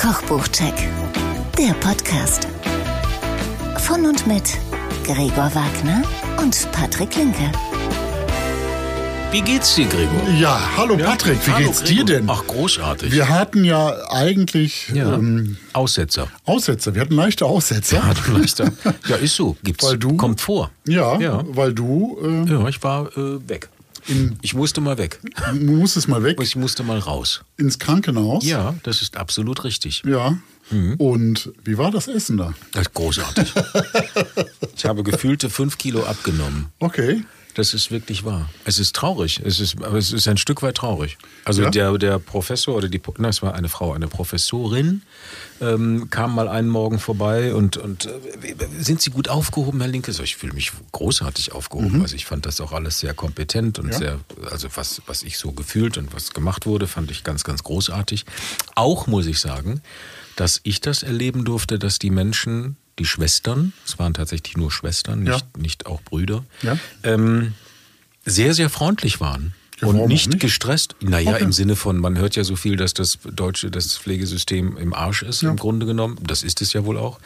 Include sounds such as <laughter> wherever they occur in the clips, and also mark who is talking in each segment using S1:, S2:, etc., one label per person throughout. S1: Kochbuchcheck, der Podcast. Von und mit Gregor Wagner und Patrick Linke.
S2: Wie geht's dir, Gregor?
S3: Ja, hallo Patrick, wie
S2: Hallo,
S3: geht's
S2: Gregor.
S3: dir denn?
S2: Ach, großartig.
S3: Wir hatten ja eigentlich
S2: ja.
S3: ähm,
S2: Aussetzer.
S3: Aussetzer, wir hatten leichte Aussetzer.
S2: Hat vielleicht
S3: <laughs>
S2: da- ja, ist so. Gibt's.
S3: Weil du-
S2: Kommt vor.
S3: Ja,
S2: Ja,
S3: weil du, äh,
S2: ja ich war äh, weg. Ich musste mal weg.
S3: du musstest äh,
S2: <laughs>
S3: mal weg
S2: Ich musste mal raus.
S3: ins Krankenhaus.
S2: Ja, Mhm. das ist absolut richtig.
S3: Ja. Und wie war das Essen da?
S2: Das ist großartig. ich habe gefühlte fünf Kilo abgenommen.
S3: Okay.
S2: Das ist wirklich wahr. Es ist traurig. Es ist, aber es ist ein Stück weit traurig. Also
S3: Ja?
S2: der, der Professor oder die, nein, es war eine Frau, eine Professorin, ähm, kam mal einen Morgen vorbei und, und äh, sind Sie gut aufgehoben, Herr Linke? So, ich fühle mich großartig aufgehoben.
S3: Mhm.
S2: Also ich fand das auch alles sehr kompetent und sehr, also was, was ich so gefühlt und was gemacht wurde, fand ich ganz, ganz großartig. Auch muss ich sagen, dass ich das erleben durfte, dass die Menschen, die Schwestern, es waren tatsächlich nur Schwestern,
S3: Ja.
S2: nicht, nicht auch Brüder,
S3: Ja.
S2: ähm, sehr, sehr freundlich waren.
S3: Ja,
S2: und
S3: warum
S2: nicht,
S3: auch nicht?
S2: gestresst. Naja,
S3: Okay.
S2: im Sinne von, man hört ja so viel, dass das deutsche, das Pflegesystem im Arsch ist, im Grunde genommen. Das ist es ja wohl auch.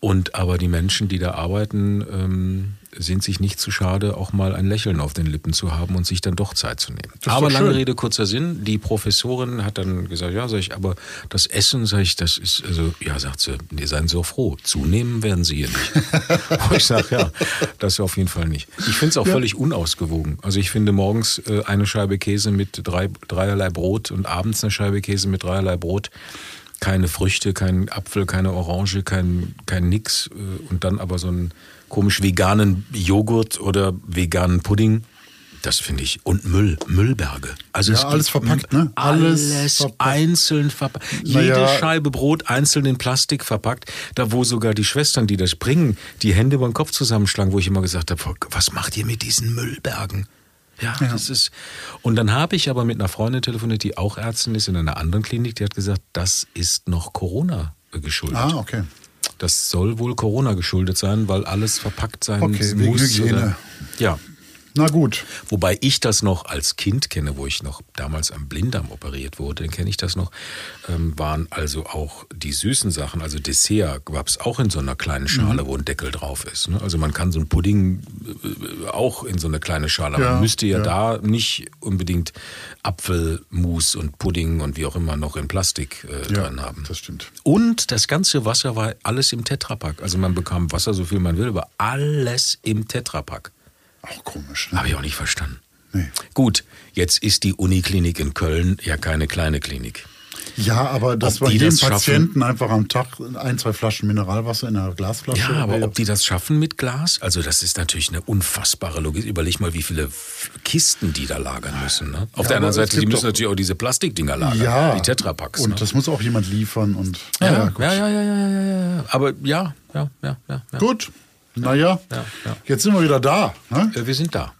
S2: Und aber die Menschen, die da arbeiten, ähm, sind sich nicht zu schade, auch mal ein Lächeln auf den Lippen zu haben und sich dann doch Zeit zu nehmen.
S3: ist
S2: Aber
S3: doch
S2: lange
S3: schön.
S2: Rede, kurzer Sinn. Die Professorin hat dann gesagt, ja, sag ich, aber das Essen, sag ich, das ist, also, ja, sagt sie, die seien so froh. Zunehmen werden sie hier
S3: <laughs>
S2: nicht. Und ich sag, ja, das auf jeden Fall nicht. Ich finde es auch völlig unausgewogen. Also ich finde morgens äh, eine Scheibe Käse mit drei, dreierlei Brot und abends eine Scheibe Käse mit dreierlei Brot. Keine Früchte, kein Apfel, keine Orange, kein, kein nix. äh, Und dann aber so einen komisch veganen Joghurt oder veganen Pudding. Das finde ich. Und Müll, Müllberge. Also
S3: Ja,
S2: es
S3: alles
S2: gibt
S3: verpackt, ne?
S2: Alles, verpackt.
S3: Alles verpackt.
S2: einzeln verpackt. Jede
S3: Naja.
S2: Scheibe Brot einzeln in Plastik verpackt. Da, wo sogar die Schwestern, die das bringen, die Hände über den Kopf zusammenschlagen, wo ich immer gesagt habe, was macht ihr mit diesen Müllbergen? Ja, das ist. Und dann habe ich aber mit einer Freundin telefoniert, die auch Ärztin ist in einer anderen Klinik, die hat gesagt, das ist noch Corona geschuldet.
S3: Ah, okay.
S2: Das soll wohl Corona geschuldet sein, weil alles verpackt sein
S3: Okay, wegen
S2: muss. Oder,
S3: Hygiene.
S2: ja,
S3: Na gut.
S2: Wobei ich das noch als Kind kenne, wo ich noch damals am Blinddarm operiert wurde, dann kenne ich das noch, ähm, waren also auch die süßen Sachen, also Dessert gab es auch in so einer
S3: Mhm.
S2: kleinen Schale, wo ein Deckel drauf ist. Ne? Also man kann so einen Pudding äh, auch in so eine kleine Schale, aber
S3: Ja,
S2: man müsste ja,
S3: ja.
S2: da nicht unbedingt Apfelmus und Pudding und wie auch immer noch in Plastik äh,
S3: Ja,
S2: drin haben.
S3: das stimmt.
S2: Und das ganze Wasser war alles im Tetrapack. Also man bekam Wasser so viel man will, aber alles im Tetrapack.
S3: Auch komisch. Ne?
S2: Habe ich auch nicht verstanden.
S3: Nee.
S2: Gut, jetzt ist die Uniklinik in Köln ja keine kleine Klinik.
S3: Ja, aber dass
S2: Ob
S3: bei
S2: die
S3: jedem
S2: das schaffen?
S3: Patienten einfach am Tag ein, zwei Flaschen Mineralwasser in einer Glasflasche.
S2: Ja, aber
S3: wäre-
S2: ob die das schaffen mit Glas? Also das ist natürlich eine unfassbare Logik. Überleg mal, wie viele F- Kisten die da lagern müssen. Ne? Auf
S3: Ja,
S2: der
S3: aber
S2: anderen
S3: es
S2: Seite, die
S3: gibt
S2: müssen
S3: doch-
S2: natürlich auch diese Plastikdinger lagern,
S3: ja.
S2: die Tetrapacks.
S3: Und
S2: ne?
S3: das muss auch jemand liefern und. ah,
S2: ja,
S3: gut.
S2: ja, ja, ja, ja, ja, ja, ja, ja. Aber ja, ja, ja, ja. ja.
S3: Gut. Naja,
S2: Ja, ja.
S3: jetzt sind wir wieder da. Ne?
S2: Äh, Wir sind da.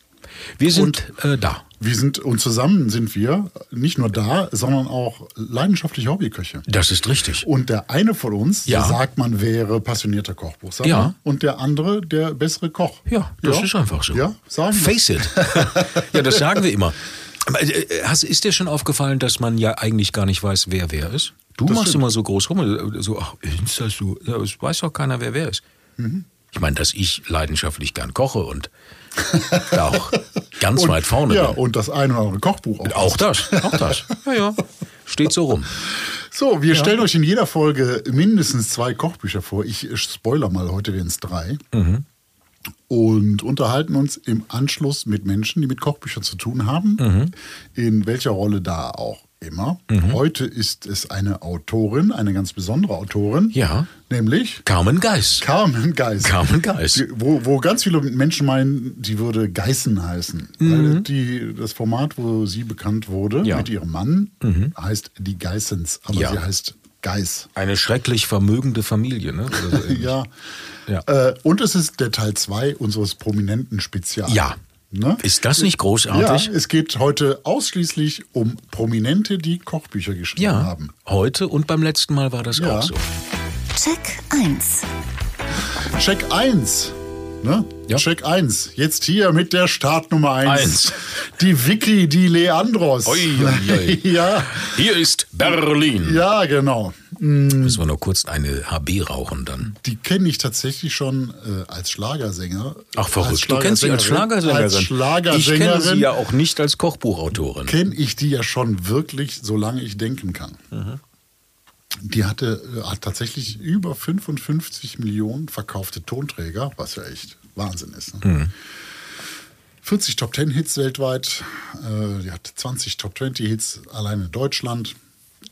S2: Wir sind äh, da.
S3: Wir sind und zusammen sind wir nicht nur da, sondern auch leidenschaftliche Hobbyköche.
S2: Das ist richtig.
S3: Und der eine von uns,
S2: Ja.
S3: der sagt man wäre passionierter Kochbuchsammler,
S2: Ja.
S3: und der andere der bessere Koch.
S2: Ja, das ist einfach so.
S3: Ja, sagen wir.
S2: Face it. <laughs> ja, das sagen wir immer. Aber, äh, Hast, ist dir schon aufgefallen, dass man ja eigentlich gar nicht weiß, wer wer ist? Du
S3: Das
S2: machst
S3: stimmt.
S2: immer so groß rum, äh, so, ach, Insta, so, ja, es weiß doch keiner, wer wer ist.
S3: Mhm.
S2: Ich meine, dass ich leidenschaftlich gern koche und da
S3: <laughs>
S2: auch ganz
S3: Und,
S2: weit vorne
S3: Ja,
S2: bin.
S3: und das eine oder andere Kochbuch auch.
S2: Auch das, auch das. Ja, ja. Steht so rum.
S3: So, wir stellen euch in jeder Folge mindestens zwei Kochbücher vor. Ich äh, spoiler mal, heute werden es drei. Und unterhalten uns im Anschluss mit Menschen, die mit Kochbüchern zu tun haben, in welcher Rolle da auch immer. Heute ist es eine Autorin, eine ganz besondere Autorin,
S2: Ja.
S3: nämlich
S2: Carmen Geiss.
S3: Carmen Geiss.
S2: Carmen Geiss.
S3: Wo, wo ganz viele Menschen meinen, die würde Geißen heißen. Weil die, das Format, wo sie bekannt wurde
S2: Mhm. Ja. Mhm.
S3: mit ihrem Mann, heißt Die Geissens, aber
S2: Ja.
S3: sie heißt Geiss.
S2: Eine schrecklich vermögende Familie, ne? Oder so ähnlich.
S3: <laughs> Ja.
S2: Ja.
S3: Äh, und es ist der Teil 2 unseres prominenten Spezials.
S2: Ja.
S3: Ne?
S2: Ist das nicht
S3: ja,
S2: großartig?
S3: es geht heute ausschließlich um Prominente, die Kochbücher geschrieben
S2: Ja,
S3: haben.
S2: heute und beim letzten Mal war das
S3: Ja.
S2: auch so.
S1: Check 1.
S3: Check 1. Ne?
S2: Ja.
S3: Check 1. Jetzt hier mit der Startnummer 1.
S2: Eins.
S3: Die Vicky, die Leandros.
S2: Ui, ui, ui.
S3: <laughs> ja,
S2: Hier ist Berlin.
S3: ja, genau.
S2: Müssen wir noch kurz eine HB rauchen dann.
S3: Die kenne ich tatsächlich schon äh, als Schlagersänger.
S2: Ach verrückt, du kennst sie als Schlagersängerin.
S3: Als
S2: ich kenne sie
S3: Schlagersängerin
S2: ja auch nicht als Kochbuchautorin.
S3: kenne ich die ja schon wirklich, solange ich denken kann.
S2: Mhm.
S3: Die hatte äh, hat tatsächlich über 55 Millionen verkaufte Tonträger, was ja echt Wahnsinn ist. Ne?
S2: Mhm.
S3: 40 Top 10 Hits weltweit. Äh, die hatte 20 Top 20 Hits allein in Deutschland.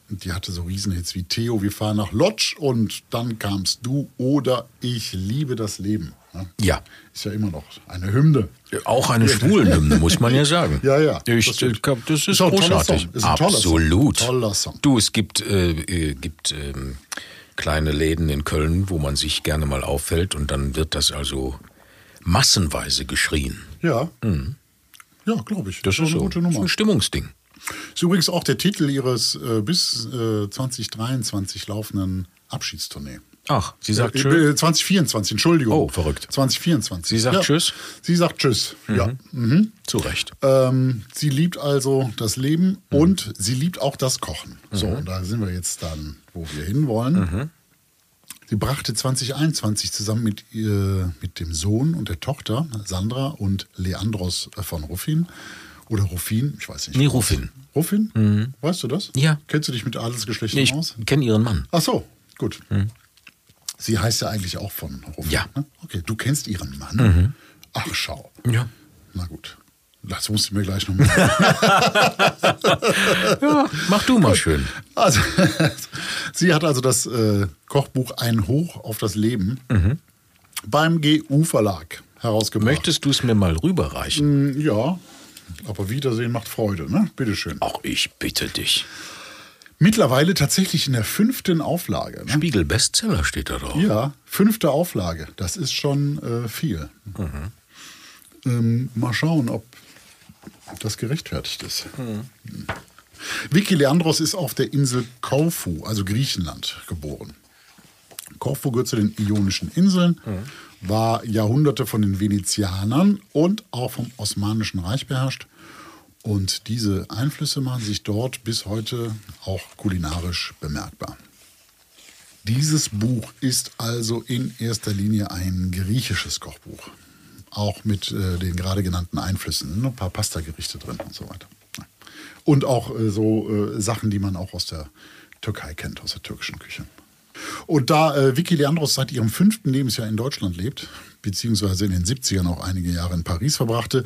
S3: Und Die hatte so Riesenhits wie Theo, wir fahren nach Lodge und dann kamst du oder ich liebe das Leben. ne?
S2: Ja.
S3: Ist ja immer noch eine Hymne.
S2: Auch eine Schwulenhymne, muss man ja sagen.
S3: Ja, ja,
S2: Ich,
S3: das
S2: das,
S3: stimmt.
S2: das ist,
S3: Ist auch ein toller
S2: großartig.
S3: Song. Ist ein toller Song.
S2: Absolut.
S3: Toller Song.
S2: Du, es gibt, äh, äh, gibt ähm, kleine Läden in Köln, wo man sich gerne mal auffällt und dann wird das also massenweise geschrien.
S3: Ja. Ja, glaube ich.
S2: Mhm. Das ist
S3: eine
S2: so.
S3: gute
S2: Das ist
S3: Nummer.
S2: ein Stimmungsding.
S3: Ist übrigens auch der Titel ihres äh, bis äh, 2023 laufenden Abschiedstournee.
S2: Ach, sie sagt
S3: Äh,
S2: schön.
S3: äh, 2024, Entschuldigung.
S2: Oh, verrückt.
S3: 2024.
S2: Sie sagt
S3: ja.
S2: Tschüss?
S3: Sie sagt Tschüss, ja. Mhm.
S2: Zu Recht.
S3: Ähm, sie liebt also das Leben
S2: Mhm.
S3: und sie liebt auch das Kochen. So, und da sind wir jetzt dann, wo wir hinwollen.
S2: Mhm.
S3: Sie brachte 2021 zusammen mit, ihr, mit dem Sohn und der Tochter Sandra und Leandros von Ruffin oder Ruffin, ich weiß nicht.
S2: Nee, Ruffin.
S3: Ruffin? Weißt du das?
S2: Mhm. Ja.
S3: Kennst du dich mit Adelsgeschlechtern
S2: Ich
S3: aus?
S2: kenne ihren Mann.
S3: Ach so, gut. Sie heißt ja eigentlich auch von Ruffin.
S2: Mhm. Ja. Mhm.
S3: ne? Okay, du kennst ihren Mann. Ach, schau.
S2: Ja.
S3: Na gut. Das musst du mir
S2: <laughs>
S3: gleich nochmal.
S2: ja. Mach du mal schön.
S3: also, <laughs> sie hat also das äh, Kochbuch Ein Hoch auf das Leben
S2: Mhm.
S3: beim GU-Verlag herausgebracht.
S2: Möchtest du es mir mal rüberreichen?
S3: Hm, Ja, aber Wiedersehen macht Freude, ne? Bitteschön.
S2: Auch ich bitte dich.
S3: Mittlerweile tatsächlich in der fünften Auflage. Ne?
S2: Spiegel Bestseller steht da drauf.
S3: Ja, fünfte Auflage. Das ist schon äh, viel. Ähm, mal schauen, ob das gerechtfertigt ist. Vicky Leandros ist auf der Insel Korfu, also Griechenland, geboren. Korfu gehört zu den Ionischen Inseln, war Jahrhunderte von den Venezianern und auch vom Osmanischen Reich beherrscht. Und diese Einflüsse machen sich dort bis heute auch kulinarisch bemerkbar. Dieses Buch ist also in erster Linie ein griechisches Kochbuch. Auch mit äh, den gerade genannten Einflüssen. Ne? Ein paar Pasta-Gerichte drin und so weiter. Und auch äh, so äh, Sachen, die man auch aus der Türkei kennt, aus der türkischen Küche. Und da äh, Vicky Leandros seit ihrem fünften Lebensjahr in Deutschland lebt, beziehungsweise in den 70ern auch einige Jahre in Paris verbrachte,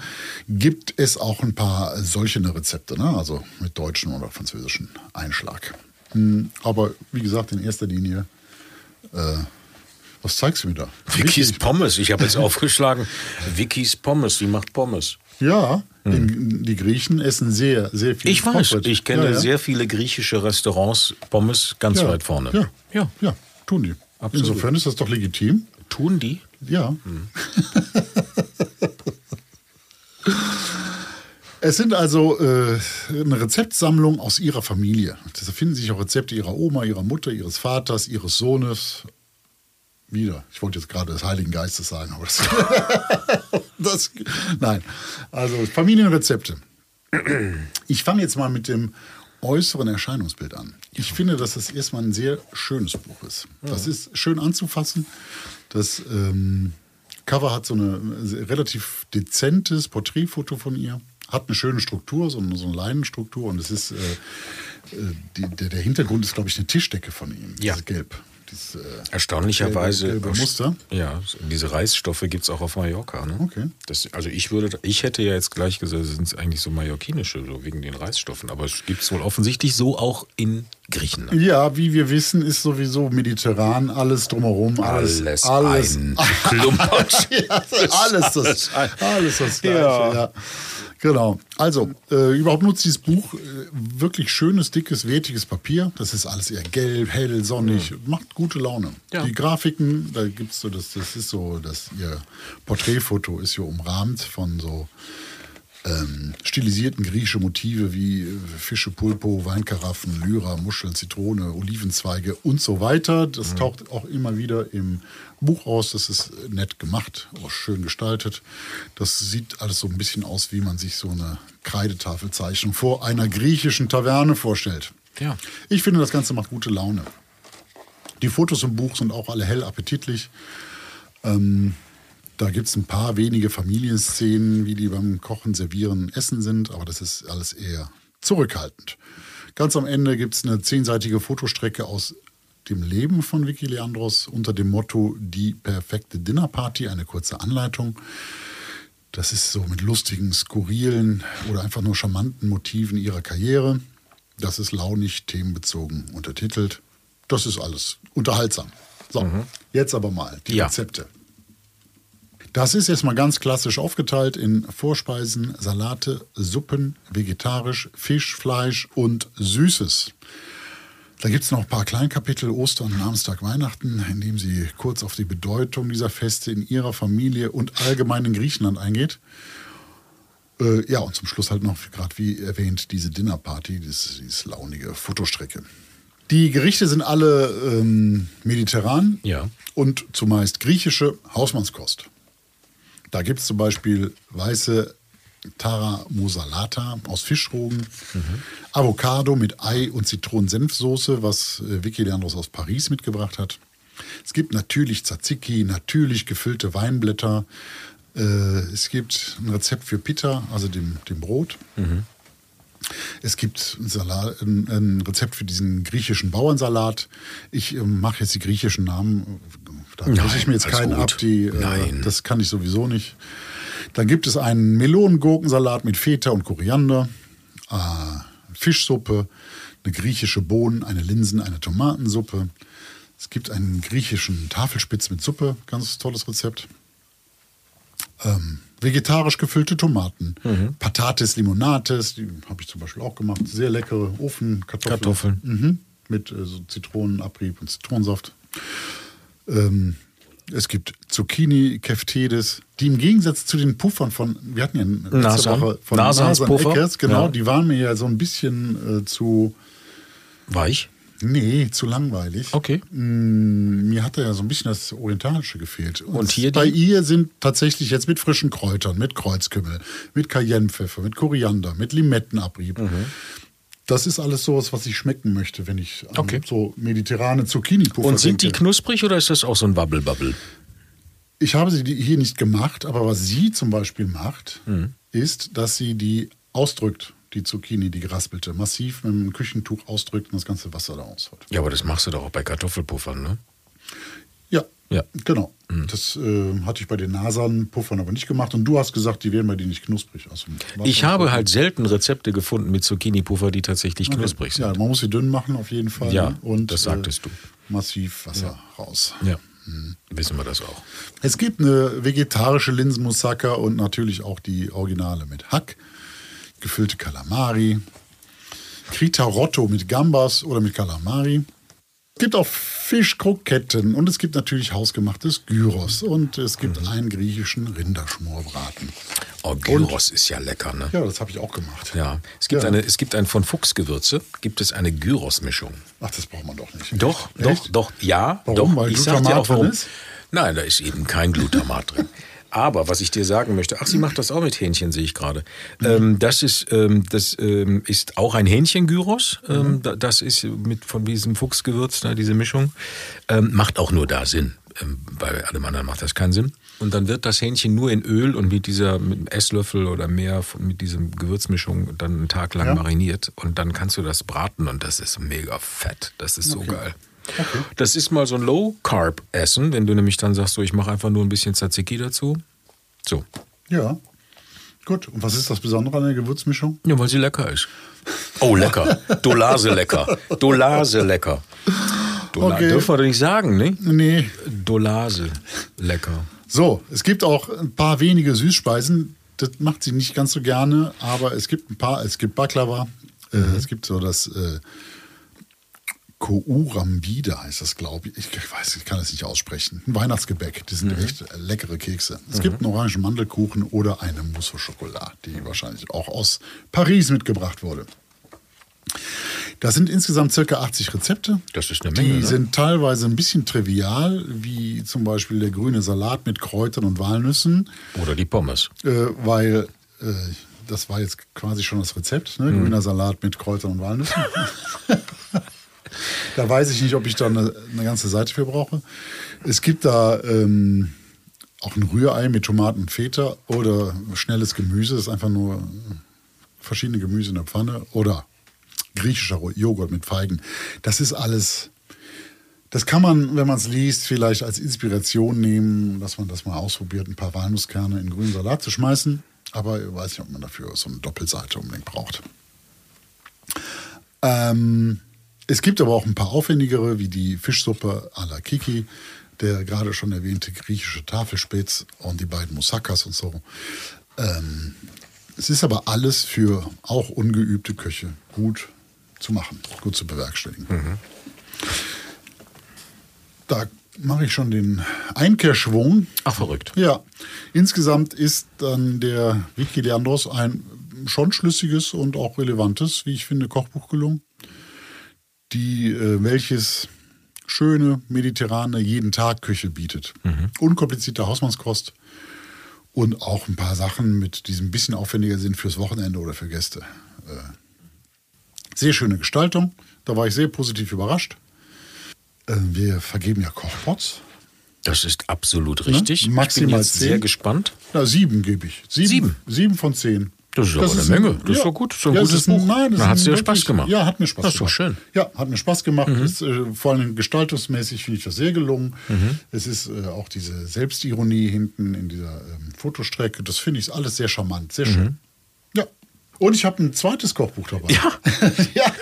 S3: gibt es auch ein paar solche Rezepte, ne? also mit deutschen oder französischen Einschlag. Hm, aber wie gesagt, in erster Linie, äh, was zeigst du mir da?
S2: Vicky's Pommes, ich <laughs> habe jetzt aufgeschlagen. Vicky's Pommes, die macht Pommes.
S3: Ja, in, die Griechen essen sehr, sehr viel
S2: Hm. Ich weiß,
S3: Pommes.
S2: ich kenne
S3: Ja, ja.
S2: sehr viele griechische Restaurants, Pommes ganz
S3: ja,
S2: weit vorne.
S3: Ja,
S2: ja.
S3: ja, tun die.
S2: Absolut.
S3: Insofern ist das doch legitim.
S2: Tun die?
S3: Ja. <laughs> es sind also äh, eine Rezeptsammlung aus ihrer Familie. Da finden sich auch Rezepte ihrer Oma, ihrer Mutter, ihres Vaters, ihres Sohnes. Wieder. Ich wollte jetzt gerade des Heiligen Geistes sagen, aber das, <laughs> das. Nein. Also Familienrezepte. Ich fange jetzt mal mit dem äußeren Erscheinungsbild an. Ich finde, dass das erstmal ein sehr schönes Buch ist. Das ist schön anzufassen. Das ähm, Cover hat so ein relativ dezentes Porträtfoto von ihr. Hat eine schöne Struktur, so eine, so eine Leinenstruktur. Und es ist, äh, äh, die, der, der Hintergrund ist, glaube ich, eine Tischdecke von ihm.
S2: Ja.
S3: Dieses Gelb. Dieses, äh,
S2: Erstaunlicherweise.
S3: Gelbe- gelbe Muster.
S2: Ja, diese Reisstoffe gibt es auch auf Mallorca. Ne?
S3: Okay.
S2: Das, also ich würde, ich hätte ja jetzt gleich gesagt, das sind eigentlich so mallorquinische, so wegen den Reisstoffen. Aber es gibt es wohl offensichtlich so auch in Griechenland.
S3: ja, wie wir wissen, ist sowieso mediterran alles drumherum. Alles,
S2: <laughs>
S3: alles
S2: ein Klumpatsch.
S3: <laughs> ja, alles das, alles das Gleiche.
S2: Ja.
S3: Ja. Genau. Also, äh, überhaupt nutzt dieses Buch äh, wirklich schönes, dickes, wertiges Papier. Das ist alles eher gelb, hell, sonnig. Macht gute Laune.
S2: Ja.
S3: Die Grafiken, da gibt es so, das, das ist so, dass ihr Porträtfoto ist hier umrahmt von so ähm, stilisierten griechische Motive wie äh, Fische, Pulpo, Weinkaraffen, Lyra, Muscheln, Zitrone, Olivenzweige und so weiter. Das taucht auch immer wieder im Buch aus. Das ist äh, nett gemacht, auch schön gestaltet. Das sieht alles so ein bisschen aus, wie man sich so eine Kreidetafelzeichnung vor einer griechischen Taverne vorstellt.
S2: Ja.
S3: Ich finde, das Ganze macht gute Laune. Die Fotos im Buch sind auch alle hell appetitlich. Ähm, da gibt es ein paar wenige Familienszenen, wie die beim Kochen, Servieren, Essen sind, aber das ist alles eher zurückhaltend. Ganz am Ende gibt es eine zehnseitige Fotostrecke aus dem Leben von Vicky Leandros unter dem Motto Die perfekte Dinnerparty, eine kurze Anleitung. Das ist so mit lustigen, skurrilen oder einfach nur charmanten Motiven ihrer Karriere. Das ist launig, themenbezogen, untertitelt. Das ist alles unterhaltsam. So, jetzt aber mal die
S2: Ja.
S3: Rezepte. Das ist erstmal ganz klassisch aufgeteilt in Vorspeisen, Salate, Suppen, vegetarisch, Fisch, Fleisch und Süßes. Da gibt es noch ein paar Kleinkapitel, Ostern, Namenstag, Weihnachten, in dem sie kurz auf die Bedeutung dieser Feste in ihrer Familie und allgemein in Griechenland eingeht. Äh, ja, und zum Schluss halt noch, gerade wie erwähnt, diese Dinnerparty, dieses, dieses launige Fotostrecke. Die Gerichte sind alle ähm, mediterran
S2: Ja.
S3: und zumeist griechische Hausmannskost. Da gibt es zum Beispiel weiße Tara Mosalata aus Fischrogen, Avocado mit Ei und Zitronensenfsoße, was äh, Vicky Leandros aus Paris mitgebracht hat. Es gibt natürlich Tzatziki, natürlich gefüllte Weinblätter. Äh, es gibt ein Rezept für Pita, also dem, dem Brot. Es gibt ein, Salat, ein, ein Rezept für diesen griechischen Bauernsalat. Ich ähm, mache jetzt die griechischen Namen. Da
S2: Nein,
S3: lasse ich mir jetzt
S2: alles
S3: keinen
S2: gut.
S3: ab. Die,
S2: Nein.
S3: Äh, das kann ich sowieso nicht. Dann gibt es einen Melonengurkensalat mit Feta und Koriander, äh, Fischsuppe, eine griechische Bohnen, eine Linsen, eine Tomatensuppe. Es gibt einen griechischen Tafelspitz mit Suppe, ganz tolles Rezept. Ähm, vegetarisch gefüllte Tomaten, Patates Limonates, die habe ich zum Beispiel auch gemacht, sehr leckere Ofenkartoffeln.
S2: Kartoffeln.
S3: Mhm. Mit äh, so Zitronenabrieb und Zitronensaft. Ähm, es gibt Zucchini, Keftedes, die im Gegensatz zu den Puffern von, wir hatten ja letzte
S2: Nasan.
S3: Woche von
S2: Nasans
S3: Nasan
S2: Puffer.
S3: Eckers, genau,
S2: Ja.
S3: die waren mir ja so ein bisschen äh, zu,
S2: Weich?
S3: nee, zu langweilig.
S2: Okay.
S3: Mm, mir hatte ja so ein bisschen das Orientalische gefehlt. Und,
S2: hier
S3: bei
S2: die?
S3: ihr sind tatsächlich jetzt mit frischen Kräutern, mit Kreuzkümmel, mit Cayennepfeffer, mit Koriander, mit Limettenabrieb.
S2: Mhm.
S3: Das ist alles sowas, was ich schmecken möchte, wenn ich an
S2: Okay.
S3: so mediterrane Zucchini-Puffer
S2: Und sind die
S3: denke.
S2: knusprig oder ist das auch so ein Wabbelbabbel?
S3: Ich habe sie die- hier nicht gemacht, aber was sie zum Beispiel macht,
S2: Mhm.
S3: ist, dass sie die ausdrückt, die Zucchini, die geraspelte, massiv mit einem Küchentuch ausdrückt und das ganze Wasser da raushaut.
S2: Ja, aber das machst du doch auch bei Kartoffelpuffern, ne?
S3: Ja,
S2: Ja. Mhm.
S3: genau. Das äh, hatte ich bei den Nasan-Puffern aber nicht gemacht und du hast gesagt, die wären bei dir nicht knusprig. Also, was-
S2: Ich habe halt selten Rezepte gefunden mit Zucchini-Puffer, die tatsächlich knusprig sind.
S3: Ja, man muss sie dünn machen auf jeden Fall.
S2: Ja,
S3: ne? und,
S2: das sagtest du.
S3: Massiv Wasser raus.
S2: Ja, wissen wir das auch.
S3: Es gibt eine vegetarische Linsenmoussaka und natürlich auch die Originale mit Hack, gefüllte Kalamari, Kritarotto mit Gambas oder mit Kalamari. Es gibt auch Fischkroketten und es gibt natürlich hausgemachtes Gyros und es gibt
S2: Mhm.
S3: einen griechischen Rinderschmorbraten.
S2: Oh, Gyros ist ja lecker, ne?
S3: Ja, das habe ich auch gemacht.
S2: Ja, es gibt,
S3: Ja.
S2: Eine, es gibt ein von Fuchsgewürze, gibt es eine Gyros-Mischung.
S3: Ach, das braucht man doch nicht.
S2: Doch,
S3: Echt?
S2: doch, doch, ja,
S3: Warum?
S2: doch.
S3: Weil
S2: ich sag dir
S3: Glutamat
S2: auch warum.
S3: drin ist?
S2: Nein, da ist eben kein Glutamat drin. <laughs> Aber was ich dir sagen möchte, ach, sie macht das auch mit Hähnchen, sehe ich gerade. Ähm, das ist, ähm, das ähm, ist auch ein Hähnchengyros. Ähm, da, das ist mit von diesem Fuchsgewürz, ne, diese Mischung. Ähm, macht auch nur da Sinn. Ähm, bei allem anderen macht das keinen Sinn. Und dann wird das Hähnchen nur in Öl und mit dieser mit einem Esslöffel oder mehr von- mit diesem Gewürzmischung dann einen Tag lang
S3: Ja.
S2: mariniert. Und dann kannst du das braten und das ist mega fett. Das ist so geil. Das ist mal so ein Low-Carb-Essen, wenn du nämlich dann sagst, so, ich mache einfach nur ein bisschen Tzatziki dazu. So.
S3: Ja. Gut, und was ist das Besondere an der Gewürzmischung?
S2: Ja, weil sie lecker ist. Oh,
S3: <laughs>
S2: lecker. Dolase lecker. Dolase lecker. Dola
S3: Okay.
S2: Dürfen wir doch nicht sagen, ne?
S3: Nee,
S2: Dolase lecker.
S3: So, es gibt auch ein paar wenige Süßspeisen. Das macht sie nicht ganz so gerne, aber es gibt ein paar. Es gibt Baklava, äh, es gibt so das äh, Kourambida heißt das, glaube ich. Ich weiß, ich kann es nicht aussprechen. Ein Weihnachtsgebäck, die sind echt leckere Kekse. Es gibt einen orangen Mandelkuchen oder eine Mousse au Chocolat, die wahrscheinlich auch aus Paris mitgebracht wurde. Das sind insgesamt circa 80 Rezepte.
S2: Das ist eine
S3: Die
S2: Menge, ne?
S3: sind teilweise ein bisschen trivial, wie zum Beispiel der grüne Salat mit Kräutern und Walnüssen,
S2: Oder die Pommes.
S3: äh, weil äh, das war jetzt quasi schon das Rezept, ne? grüner Salat mit Kräutern und Walnüssen. Da weiß ich nicht, ob ich da eine, eine ganze Seite für brauche. Es gibt da ähm, auch ein Rührei mit Tomaten und Feta oder schnelles Gemüse. Das ist einfach nur verschiedene Gemüse in der Pfanne oder griechischer Joghurt mit Feigen. Das ist alles. Das kann man, wenn man es liest, vielleicht als Inspiration nehmen, dass man das mal ausprobiert, ein paar Walnusskerne in grünen Salat zu schmeißen. Aber ich weiß nicht, ob man dafür so eine Doppelseite unbedingt braucht. Ähm, es gibt aber auch ein paar aufwendigere, wie die Fischsuppe à la Kiki, der gerade schon erwähnte griechische Tafelspitz und die beiden Moussakas und so. Ähm, es ist aber alles für auch ungeübte Köche gut zu machen, gut zu bewerkstelligen. Mhm. Da mache ich schon den Einkehrschwung.
S2: Ach, verrückt.
S3: Ja, insgesamt ist dann der Wiki Leandros ein schon schlüssiges und auch relevantes, wie ich finde, Kochbuch gelungen, die, äh, welches schöne mediterrane jeden Tag Küche bietet. Mhm. Unkomplizierte Hausmannskost und auch ein paar Sachen mit diesem bisschen aufwendiger sind fürs Wochenende oder für Gäste. Äh, Sehr schöne Gestaltung, da war ich sehr positiv überrascht. Äh, Wir vergeben ja Kochpots.
S2: Das ist absolut richtig.
S3: Ne? Maximal
S2: ich bin jetzt
S3: zehn.
S2: sehr gespannt. <laughs>
S3: Na, sieben gebe ich. Sieben,
S2: Sieben?
S3: Sieben von zehn.
S2: Das ist aber eine Menge. Das ist doch gut. So ein
S3: es
S2: gutes
S3: ist ein-
S2: Buch.
S3: Nein, das
S2: Na,
S3: ist
S2: hat's
S3: ein
S2: dir
S3: wirklich-
S2: Spaß gemacht?
S3: Ja, hat mir Spaß
S2: Das ist doch
S3: gemacht.
S2: schön. Mhm.
S3: Ja, hat mir Spaß gemacht. Ist, äh, vor allem gestaltungsmäßig finde ich das sehr gelungen.
S2: Mhm.
S3: Es ist äh, auch diese Selbstironie hinten in dieser ähm, Fotostrecke. Das finde ich alles sehr charmant, sehr schön. Ja. Und ich habe ein zweites Kochbuch dabei.
S2: Mhm. Ja.
S3: <laughs> ja.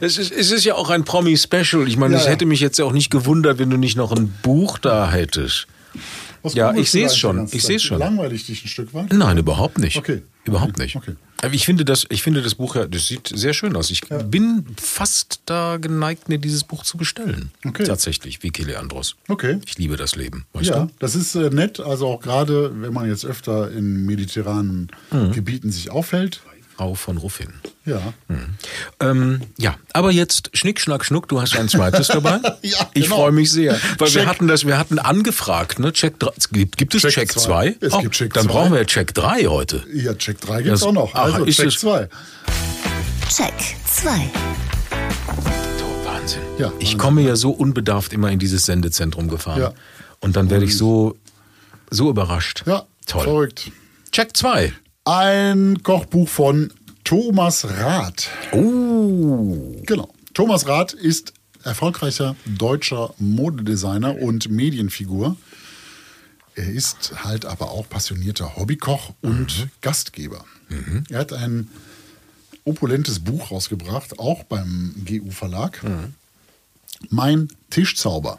S2: Es ist, es ist ja auch ein Promi-Special. Ich meine,
S3: Ja,
S2: es
S3: ja.
S2: hätte mich jetzt ja auch nicht gewundert, wenn du nicht noch ein Buch da hättest.
S3: Was
S2: Ja,
S3: googelst
S2: ich
S3: du
S2: seh's
S3: eigentlich
S2: schon,
S3: die ganze
S2: ich
S3: Zeit?
S2: seh's schon.
S3: Langweilig dich ein Stück weit?
S2: Nein, überhaupt nicht.
S3: Okay.
S2: Überhaupt
S3: Okay,
S2: nicht.
S3: okay.
S2: Aber ich finde das, ich finde das Buch ja, das sieht sehr schön aus. Ich bin fast da geneigt, mir dieses Buch zu bestellen.
S3: Okay.
S2: Tatsächlich, wie Keleandros.
S3: Okay.
S2: Ich liebe das Leben. Weißt
S3: Ja,
S2: du?
S3: das ist äh, nett. Also auch gerade, wenn man jetzt öfter in mediterranen
S2: Mhm.
S3: Gebieten sich aufhält.
S2: Frau von Ruffin.
S3: Ja.
S2: Mhm. Ähm, ja, aber jetzt Schnick, Schnack, Schnuck, du hast ein
S3: <laughs>
S2: zweites dabei.
S3: Ja,
S2: ich
S3: genau.
S2: freue mich sehr. Weil wir
S3: Check.
S2: hatten das, wir hatten angefragt, ne? Check drei- gibt, gibt es
S3: Check
S2: Check
S3: zwei.
S2: 2?
S3: Es gibt Check
S2: dann
S3: zwei.
S2: brauchen wir Check 3 heute.
S3: Ja, Check 3 gibt es
S2: Das-
S3: auch noch.
S2: Ach,
S3: Also
S2: ist
S3: Check
S2: es-
S3: 2.
S1: Check 2.
S2: Oh, Wahnsinn.
S3: Ja,
S2: ich
S3: Wahnsinn,
S2: komme ja so unbedarft immer in dieses Sendezentrum gefahren.
S3: Ja.
S2: Und dann werde ich so, so überrascht.
S3: Ja,
S2: Toll.
S3: verrückt.
S2: Check 2.
S3: Ein Kochbuch von Thomas Rath.
S2: Oh.
S3: Genau. Thomas Rath ist erfolgreicher deutscher Modedesigner und Medienfigur. Er ist halt aber auch passionierter Hobbykoch und Gastgeber. Er hat ein opulentes Buch rausgebracht, auch beim GU Verlag. Mein Tischzauber.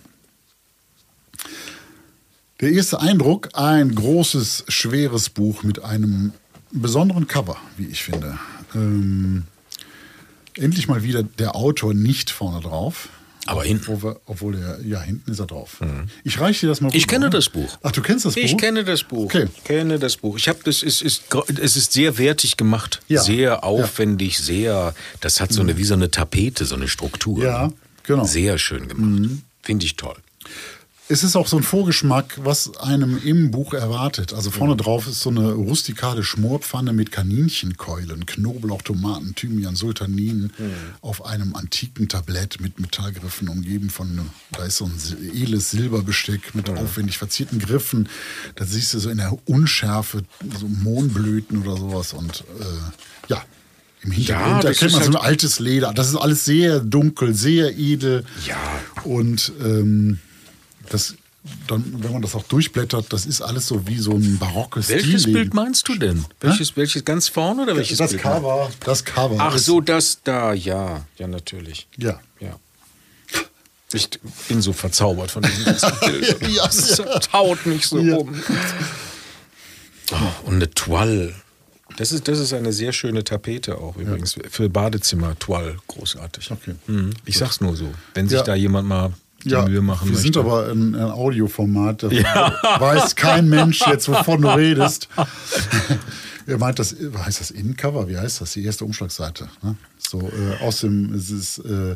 S3: Der erste Eindruck, ein großes, schweres Buch mit einem besonderen Cover, wie ich finde. Ähm, endlich mal wieder der Autor nicht vorne drauf.
S2: Aber hinten.
S3: Obwohl, wir- obwohl er, ja, hinten ist er drauf. Ich reiche dir das mal
S2: Mhm. Ich
S3: rüber,
S2: kenne
S3: ne?
S2: das Buch.
S3: Ach, du kennst das Buch?
S2: Ich kenne das Buch.
S3: Okay.
S2: Ich kenne das Buch. Ich habe das es ist gro- es ist sehr wertig gemacht,
S3: Ja. Mhm.
S2: sehr aufwendig, sehr das hat so eine wie so eine Tapete, so eine Struktur.
S3: Ja,
S2: ne?
S3: genau. Mhm.
S2: Sehr schön gemacht. Finde ich toll.
S3: Es ist auch so ein Vorgeschmack, was einem im Buch erwartet. Also vorne drauf ist so eine rustikale Schmorpfanne mit Kaninchenkeulen, Knoblauch, Tomaten, Thymian, Sultanin
S2: Mhm.
S3: auf einem antiken Tablett mit Metallgriffen umgeben von, einem- da ist so ein sil- edles Silberbesteck mit aufwendig verzierten Griffen. Da siehst du so in der Unschärfe so Mohnblüten oder sowas und äh, ja. Im Hintergrund
S2: Ja, das
S3: erkennt
S2: ist
S3: man so ein
S2: halt-
S3: altes Leder. Das ist alles sehr dunkel, sehr edel.
S2: Ja.
S3: Und ähm, das, dann, wenn man das auch durchblättert, das ist alles so wie so ein barockes
S2: Welches
S3: Stillleben.
S2: Bild meinst du denn? Welches welches ganz vorne oder welches
S3: das
S2: Bild?
S3: Cover. Das Cover.
S2: Ach
S3: ist-
S2: so, das da, ja, ja natürlich.
S3: Ja.
S2: Ja. Ich bin so verzaubert von diesem ganzen
S3: <laughs>
S2: Bild.
S3: Ja,
S2: Das
S3: ja.
S2: taut mich so
S3: Ja.
S2: um. Oh, und eine Toile. Das ist, das ist eine sehr schöne Tapete auch übrigens. Für Badezimmer, Toile, großartig.
S3: Okay.
S2: Mhm. Ich sag's nur so, wenn sich
S3: Ja.
S2: da jemand mal die
S3: Ja,
S2: Mühe machen
S3: wir
S2: möchte.
S3: sind aber in einem Audioformat. Da weiß kein Mensch jetzt, wovon du redest. <laughs> er meint, das heißt das Innencover? Wie heißt das? Die erste Umschlagseite. Ne? So äh, aus dem es ist, äh,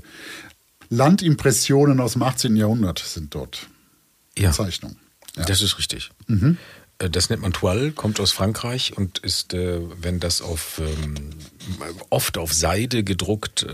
S3: Landimpressionen aus dem 18. Jahrhundert sind dort
S2: Ja.
S3: Zeichnungen. Ja. Mhm.
S2: Das ist richtig. Äh, Das nennt man Toile, kommt aus Frankreich und ist, äh, wenn das auf ähm, oft auf Seide gedruckt, äh,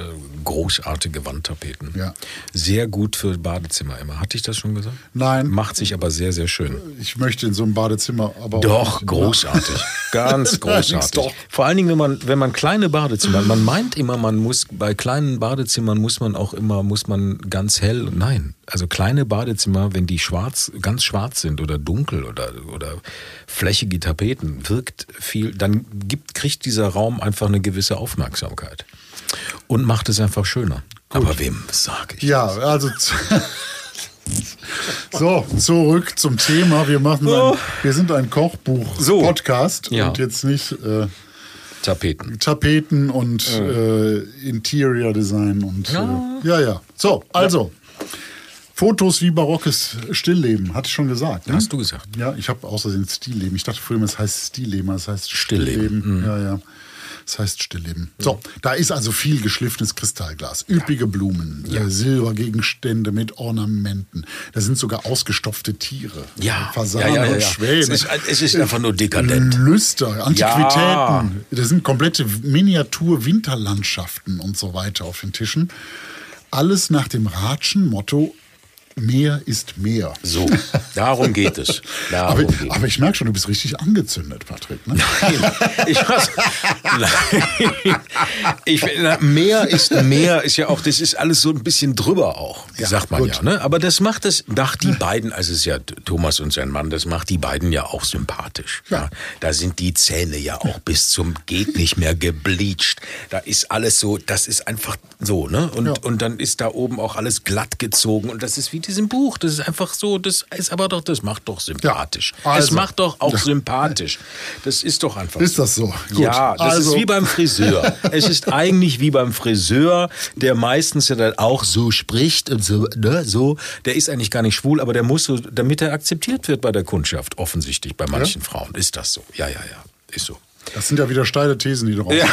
S2: großartige Wandtapeten.
S3: Ja.
S2: Sehr gut für Badezimmer immer. Hatte ich das schon gesagt?
S3: Nein.
S2: Macht sich aber sehr, sehr schön.
S3: Ich möchte in so einem Badezimmer aber auch
S2: Doch, <laughs>
S3: nicht-
S2: großartig. Ganz großartig.
S3: Doch.
S2: Vor allen Dingen, wenn man, wenn man kleine Badezimmer, man meint immer, man muss, bei kleinen Badezimmern muss man auch immer, muss man ganz hell, nein. Also kleine Badezimmer, wenn die schwarz, ganz schwarz sind oder dunkel oder, oder flächige Tapeten, wirkt viel, dann gibt, kriegt dieser Raum einfach eine gewisse Aufmerksamkeit. Und macht es einfach schöner. Aber wem sage ich?
S3: Ja, also. <laughs> z- So, zurück zum Thema. Wir machen ein, wir sind ein
S2: So.
S3: Kochbuch-Podcast
S2: Ja.
S3: und jetzt nicht äh,
S2: Tapeten.
S3: Tapeten und äh, Interior Design und ja, äh, ja, ja. So, also Fotos wie barockes Stillleben, hatte ich schon gesagt. Ne?
S2: Hast du gesagt.
S3: Ja, ich habe außerdem Stillleben. Ich dachte früher, es heißt Stillleben, es heißt
S2: Stillleben. Mhm.
S3: Stillleben. Ja, ja. Es heißt Stillleben. So, da ist also viel geschliffenes Kristallglas, üppige Blumen, äh, Silbergegenstände mit Ornamenten. Da sind sogar ausgestopfte Tiere,
S2: Ja,
S3: Fasanen
S2: ja, ja, ja,
S3: und
S2: ja.
S3: Schwäne.
S2: Es ist, es ist einfach nur dekadent.
S3: Lüster,
S2: Ja.
S3: Antiquitäten. Das sind komplette Miniatur-Winterlandschaften und so weiter auf den Tischen. Alles nach dem Ratschen Motto: Mehr ist mehr.
S2: So, darum geht es. Darum
S3: Aber,
S2: geht es.
S3: aber ich merke schon, du bist richtig angezündet, Patrick.
S2: <laughs>
S3: Ne?
S2: Ich weiß. Nein. Ich, na, mehr ist mehr ist ja auch, das ist alles so ein bisschen drüber auch,
S3: Ja,
S2: sagt man
S3: gut.
S2: ja. Ne? Aber das macht es, macht die beiden, also es ist ja Thomas und sein Mann, das macht die beiden ja auch sympathisch. Ja.
S3: Ja.
S2: Da sind die Zähne ja auch bis zum geht nicht mehr gebleicht. Da ist alles so, das ist einfach so, ne? Und,
S3: Ja.
S2: und dann ist da oben auch alles glatt gezogen und das ist wie diesem Buch. Das ist einfach so, das ist aber doch, das macht doch sympathisch. Es
S3: also.
S2: macht doch auch sympathisch. Das ist doch einfach
S3: Ist das so? Gut.
S2: ja, das
S3: also,
S2: ist wie beim
S3: <laughs>
S2: Friseur. es ist eigentlich wie beim Friseur, der meistens ja dann auch so spricht und so, ne, so. Der ist eigentlich gar nicht schwul, aber der muss so, damit er akzeptiert wird bei der Kundschaft, offensichtlich bei manchen Frauen. Ist das so? Ja, ja, ja. Ist so.
S3: Das sind ja wieder steile Thesen, die du rauslässt.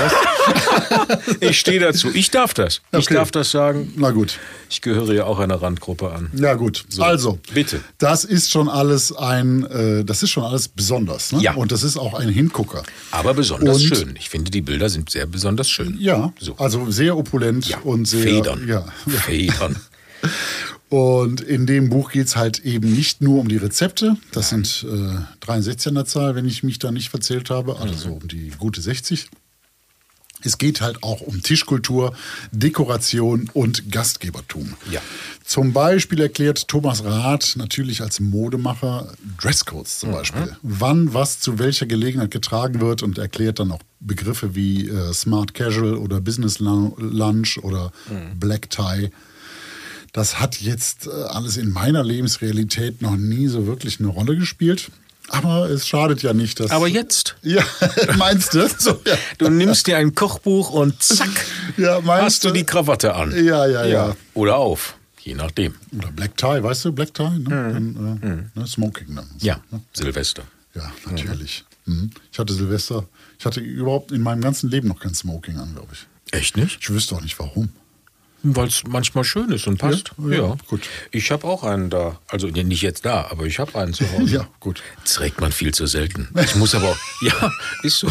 S2: Ich stehe dazu. Ich darf das. Ich
S3: Okay.
S2: darf das sagen.
S3: Na gut.
S2: Ich gehöre ja auch einer Randgruppe an.
S3: Ja gut, also
S2: bitte.
S3: Das ist schon alles ein, äh, das ist schon alles besonders, ne?
S2: Ja.
S3: Und das ist auch ein Hingucker.
S2: Aber besonders
S3: Und-
S2: schön. Ich finde, die Bilder sind sehr besonders schön.
S3: Ja,
S2: So.
S3: also sehr opulent
S2: Ja.
S3: und sehr
S2: Federn.
S3: Ja.
S2: Federn.
S3: Und in dem Buch geht es halt eben nicht nur um die Rezepte, das sind äh, 63 an der Zahl, wenn ich mich da nicht verzählt habe, also so um die gute 60. Es geht halt auch um Tischkultur, Dekoration und Gastgebertum.
S2: Ja.
S3: Zum Beispiel erklärt Thomas Rath natürlich als Modemacher Dresscodes zum Beispiel. Wann was zu welcher Gelegenheit getragen wird und erklärt dann auch Begriffe wie äh, Smart Casual oder Business Lu- Lunch oder Black Tie. Das hat jetzt äh, alles in meiner Lebensrealität noch nie so wirklich eine Rolle gespielt. Aber es schadet ja nicht, dass.
S2: Aber jetzt.
S3: <laughs> Ja, meinst du? So, ja.
S2: Du nimmst dir ein Kochbuch und zack,
S3: Ja, meinst
S2: hast du
S3: du?
S2: die Krawatte an.
S3: Ja, ja, ja.
S2: Oder auf, je nachdem.
S3: Oder Black Tie, weißt du, Black Tie? Ne? Dann, äh, ne? Smoking dann. So,
S2: Mhm. Ja,
S3: ne?
S2: Silvester.
S3: Ja, natürlich. Mhm. Ich hatte Silvester, ich hatte überhaupt in meinem ganzen Leben noch kein Smoking an, glaube ich.
S2: Echt nicht?
S3: Ich wüsste auch nicht warum.
S2: Weil es manchmal schön ist und passt.
S3: Ja, ja, gut.
S2: Ich habe auch einen da. Also nee, nicht jetzt da, aber ich habe einen zu Hause.
S3: Ja, gut.
S2: Trägt man viel zu selten. Ich muss aber
S3: <laughs>
S2: auch. Ja, ist so.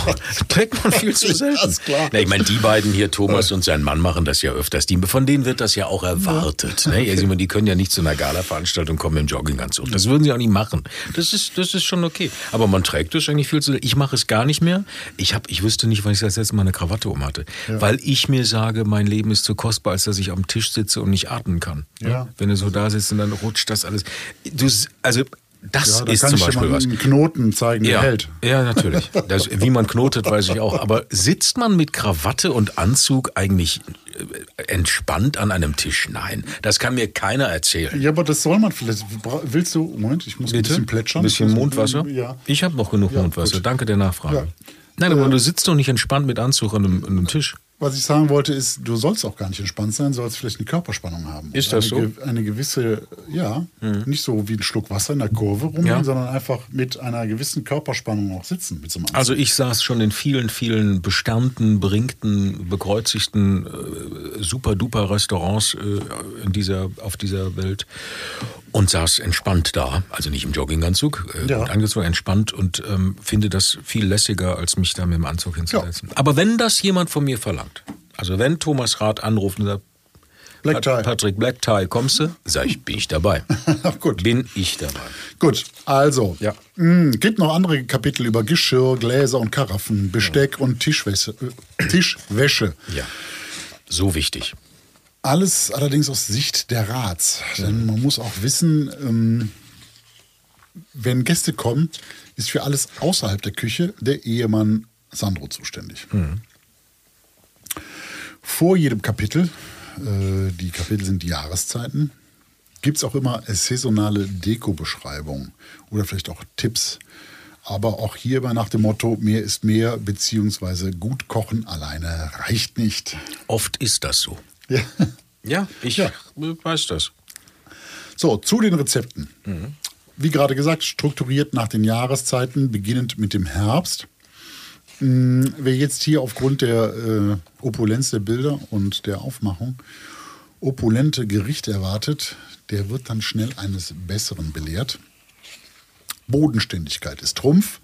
S2: Trägt man viel zu selten.
S3: Alles klar.
S2: Na, ich meine, die beiden hier, Thomas und sein Mann, machen das ja öfters. Die, von denen wird das ja auch erwartet. Ne? Also, ich meine, die können ja nicht zu einer Gala-Veranstaltung kommen im Jogginganzug. Das würden sie auch nicht machen. Das ist, das ist schon okay. Aber man trägt das eigentlich viel zu selten. Ich mache es gar nicht mehr. Ich, hab, ich wüsste nicht, wann ich das letzte Mal eine Krawatte um hatte. Weil ich mir sage, mein Leben ist zu kostbar, als dass ich am Tisch sitze und nicht atmen kann.
S3: Ja.
S2: Wenn du so da sitzt und dann rutscht das alles. Du, s- also, das
S3: Ja, da
S2: ist
S3: kann
S2: zum
S3: ich dir
S2: Beispiel
S3: mal
S2: was.
S3: einen Knoten zeigen, der
S2: Ja,
S3: hält.
S2: ja natürlich. Das, wie man knotet, weiß ich auch. Aber sitzt man mit Krawatte und Anzug eigentlich äh, entspannt an einem Tisch? Nein, das kann mir keiner erzählen.
S3: Ja, aber das soll man vielleicht. Bra- Willst du, Moment, ich muss ein bisschen plätschern.
S2: bisschen
S3: Also,
S2: Mondwasser?
S3: Ja.
S2: Ich habe noch genug
S3: Ja,
S2: Mondwasser.
S3: gut.
S2: Danke der Nachfrage.
S3: Ja.
S2: Nein, aber du sitzt doch nicht entspannt mit Anzug an einem, an einem Tisch.
S3: was ich sagen wollte, ist, du sollst auch gar nicht entspannt sein, sollst vielleicht eine Körperspannung haben.
S2: Ist
S3: Und
S2: das
S3: eine,
S2: so? Mhm.
S3: ge- Eine gewisse, ja, nicht so wie ein Schluck Wasser in der Kurve rumgehen,
S2: Ja.
S3: sondern einfach mit einer gewissen Körperspannung auch sitzen. Mit so einem
S2: Also ich saß schon in vielen, vielen besternten, beringten, bekreuzigten, äh, super duper Restaurants äh, in dieser, auf dieser Welt und saß entspannt da, also nicht im Jogginganzug, äh,
S3: Ja.
S2: gut angezogen, entspannt und ähm, finde das viel lässiger, als mich da mit dem Anzug hinzusetzen. Aber wenn das jemand von mir verlangt, also wenn Thomas Rath anruft und sagt,
S3: Black
S2: "Pat-
S3: Tie.
S2: Patrick Black Tie, kommst du? Sag ich, bin ich dabei.
S3: <laughs> Ach, gut.
S2: Bin ich dabei.
S3: Gut, also,
S2: Ja.
S3: mh, gibt noch andere Kapitel über Geschirr, Gläser und Karaffen, Besteck und Tischwäsche, äh, Tischwäsche.
S2: Ja. So wichtig.
S3: Alles allerdings aus Sicht der Rats. Denn man muss auch wissen, ähm, wenn Gäste kommen, ist für alles außerhalb der Küche der Ehemann Sandro zuständig. Vor jedem Kapitel, äh, die Kapitel sind die Jahreszeiten, gibt es auch immer saisonale Deko-Beschreibungen oder vielleicht auch Tipps. Aber auch hier immer nach dem Motto, mehr ist mehr, beziehungsweise gut kochen alleine reicht nicht.
S2: Oft ist das so.
S3: Ja.
S2: Ja, ich
S3: Ja.
S2: weiß das.
S3: So, zu den Rezepten. Wie gerade gesagt, strukturiert nach den Jahreszeiten, beginnend mit dem Herbst. Hm, Wer jetzt hier aufgrund der äh, Opulenz der Bilder und der Aufmachung opulente Gerichte erwartet, der wird dann schnell eines Besseren belehrt. Bodenständigkeit ist Trumpf.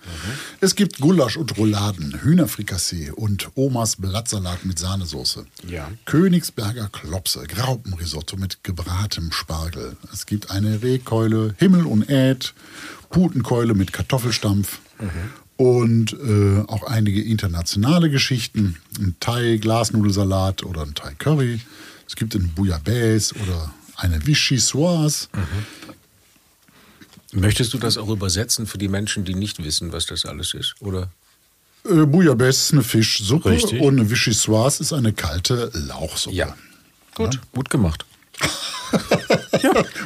S3: Es gibt Gulasch und Rouladen, Hühnerfrikassee und Omas Blattsalat mit Sahnesoße.
S2: Ja.
S3: Königsberger Klopse, Graupenrisotto mit gebratenem Spargel. Es gibt eine Rehkeule, Himmel und Äd, Putenkeule mit Kartoffelstampf und äh, auch einige internationale Geschichten. Ein Thai-Glasnudelsalat oder ein Thai-Curry. Es gibt einen Bouillabaisse oder eine Vichyssoise.
S2: Möchtest du das auch übersetzen für die Menschen, die nicht wissen, was das alles ist? Oder?
S3: Äh, Bouillabaisse ist eine Fischsuppe
S2: Richtig.
S3: und eine Vichyssoise ist eine kalte Lauchsuppe. <laughs>
S2: Gut, gut gemacht.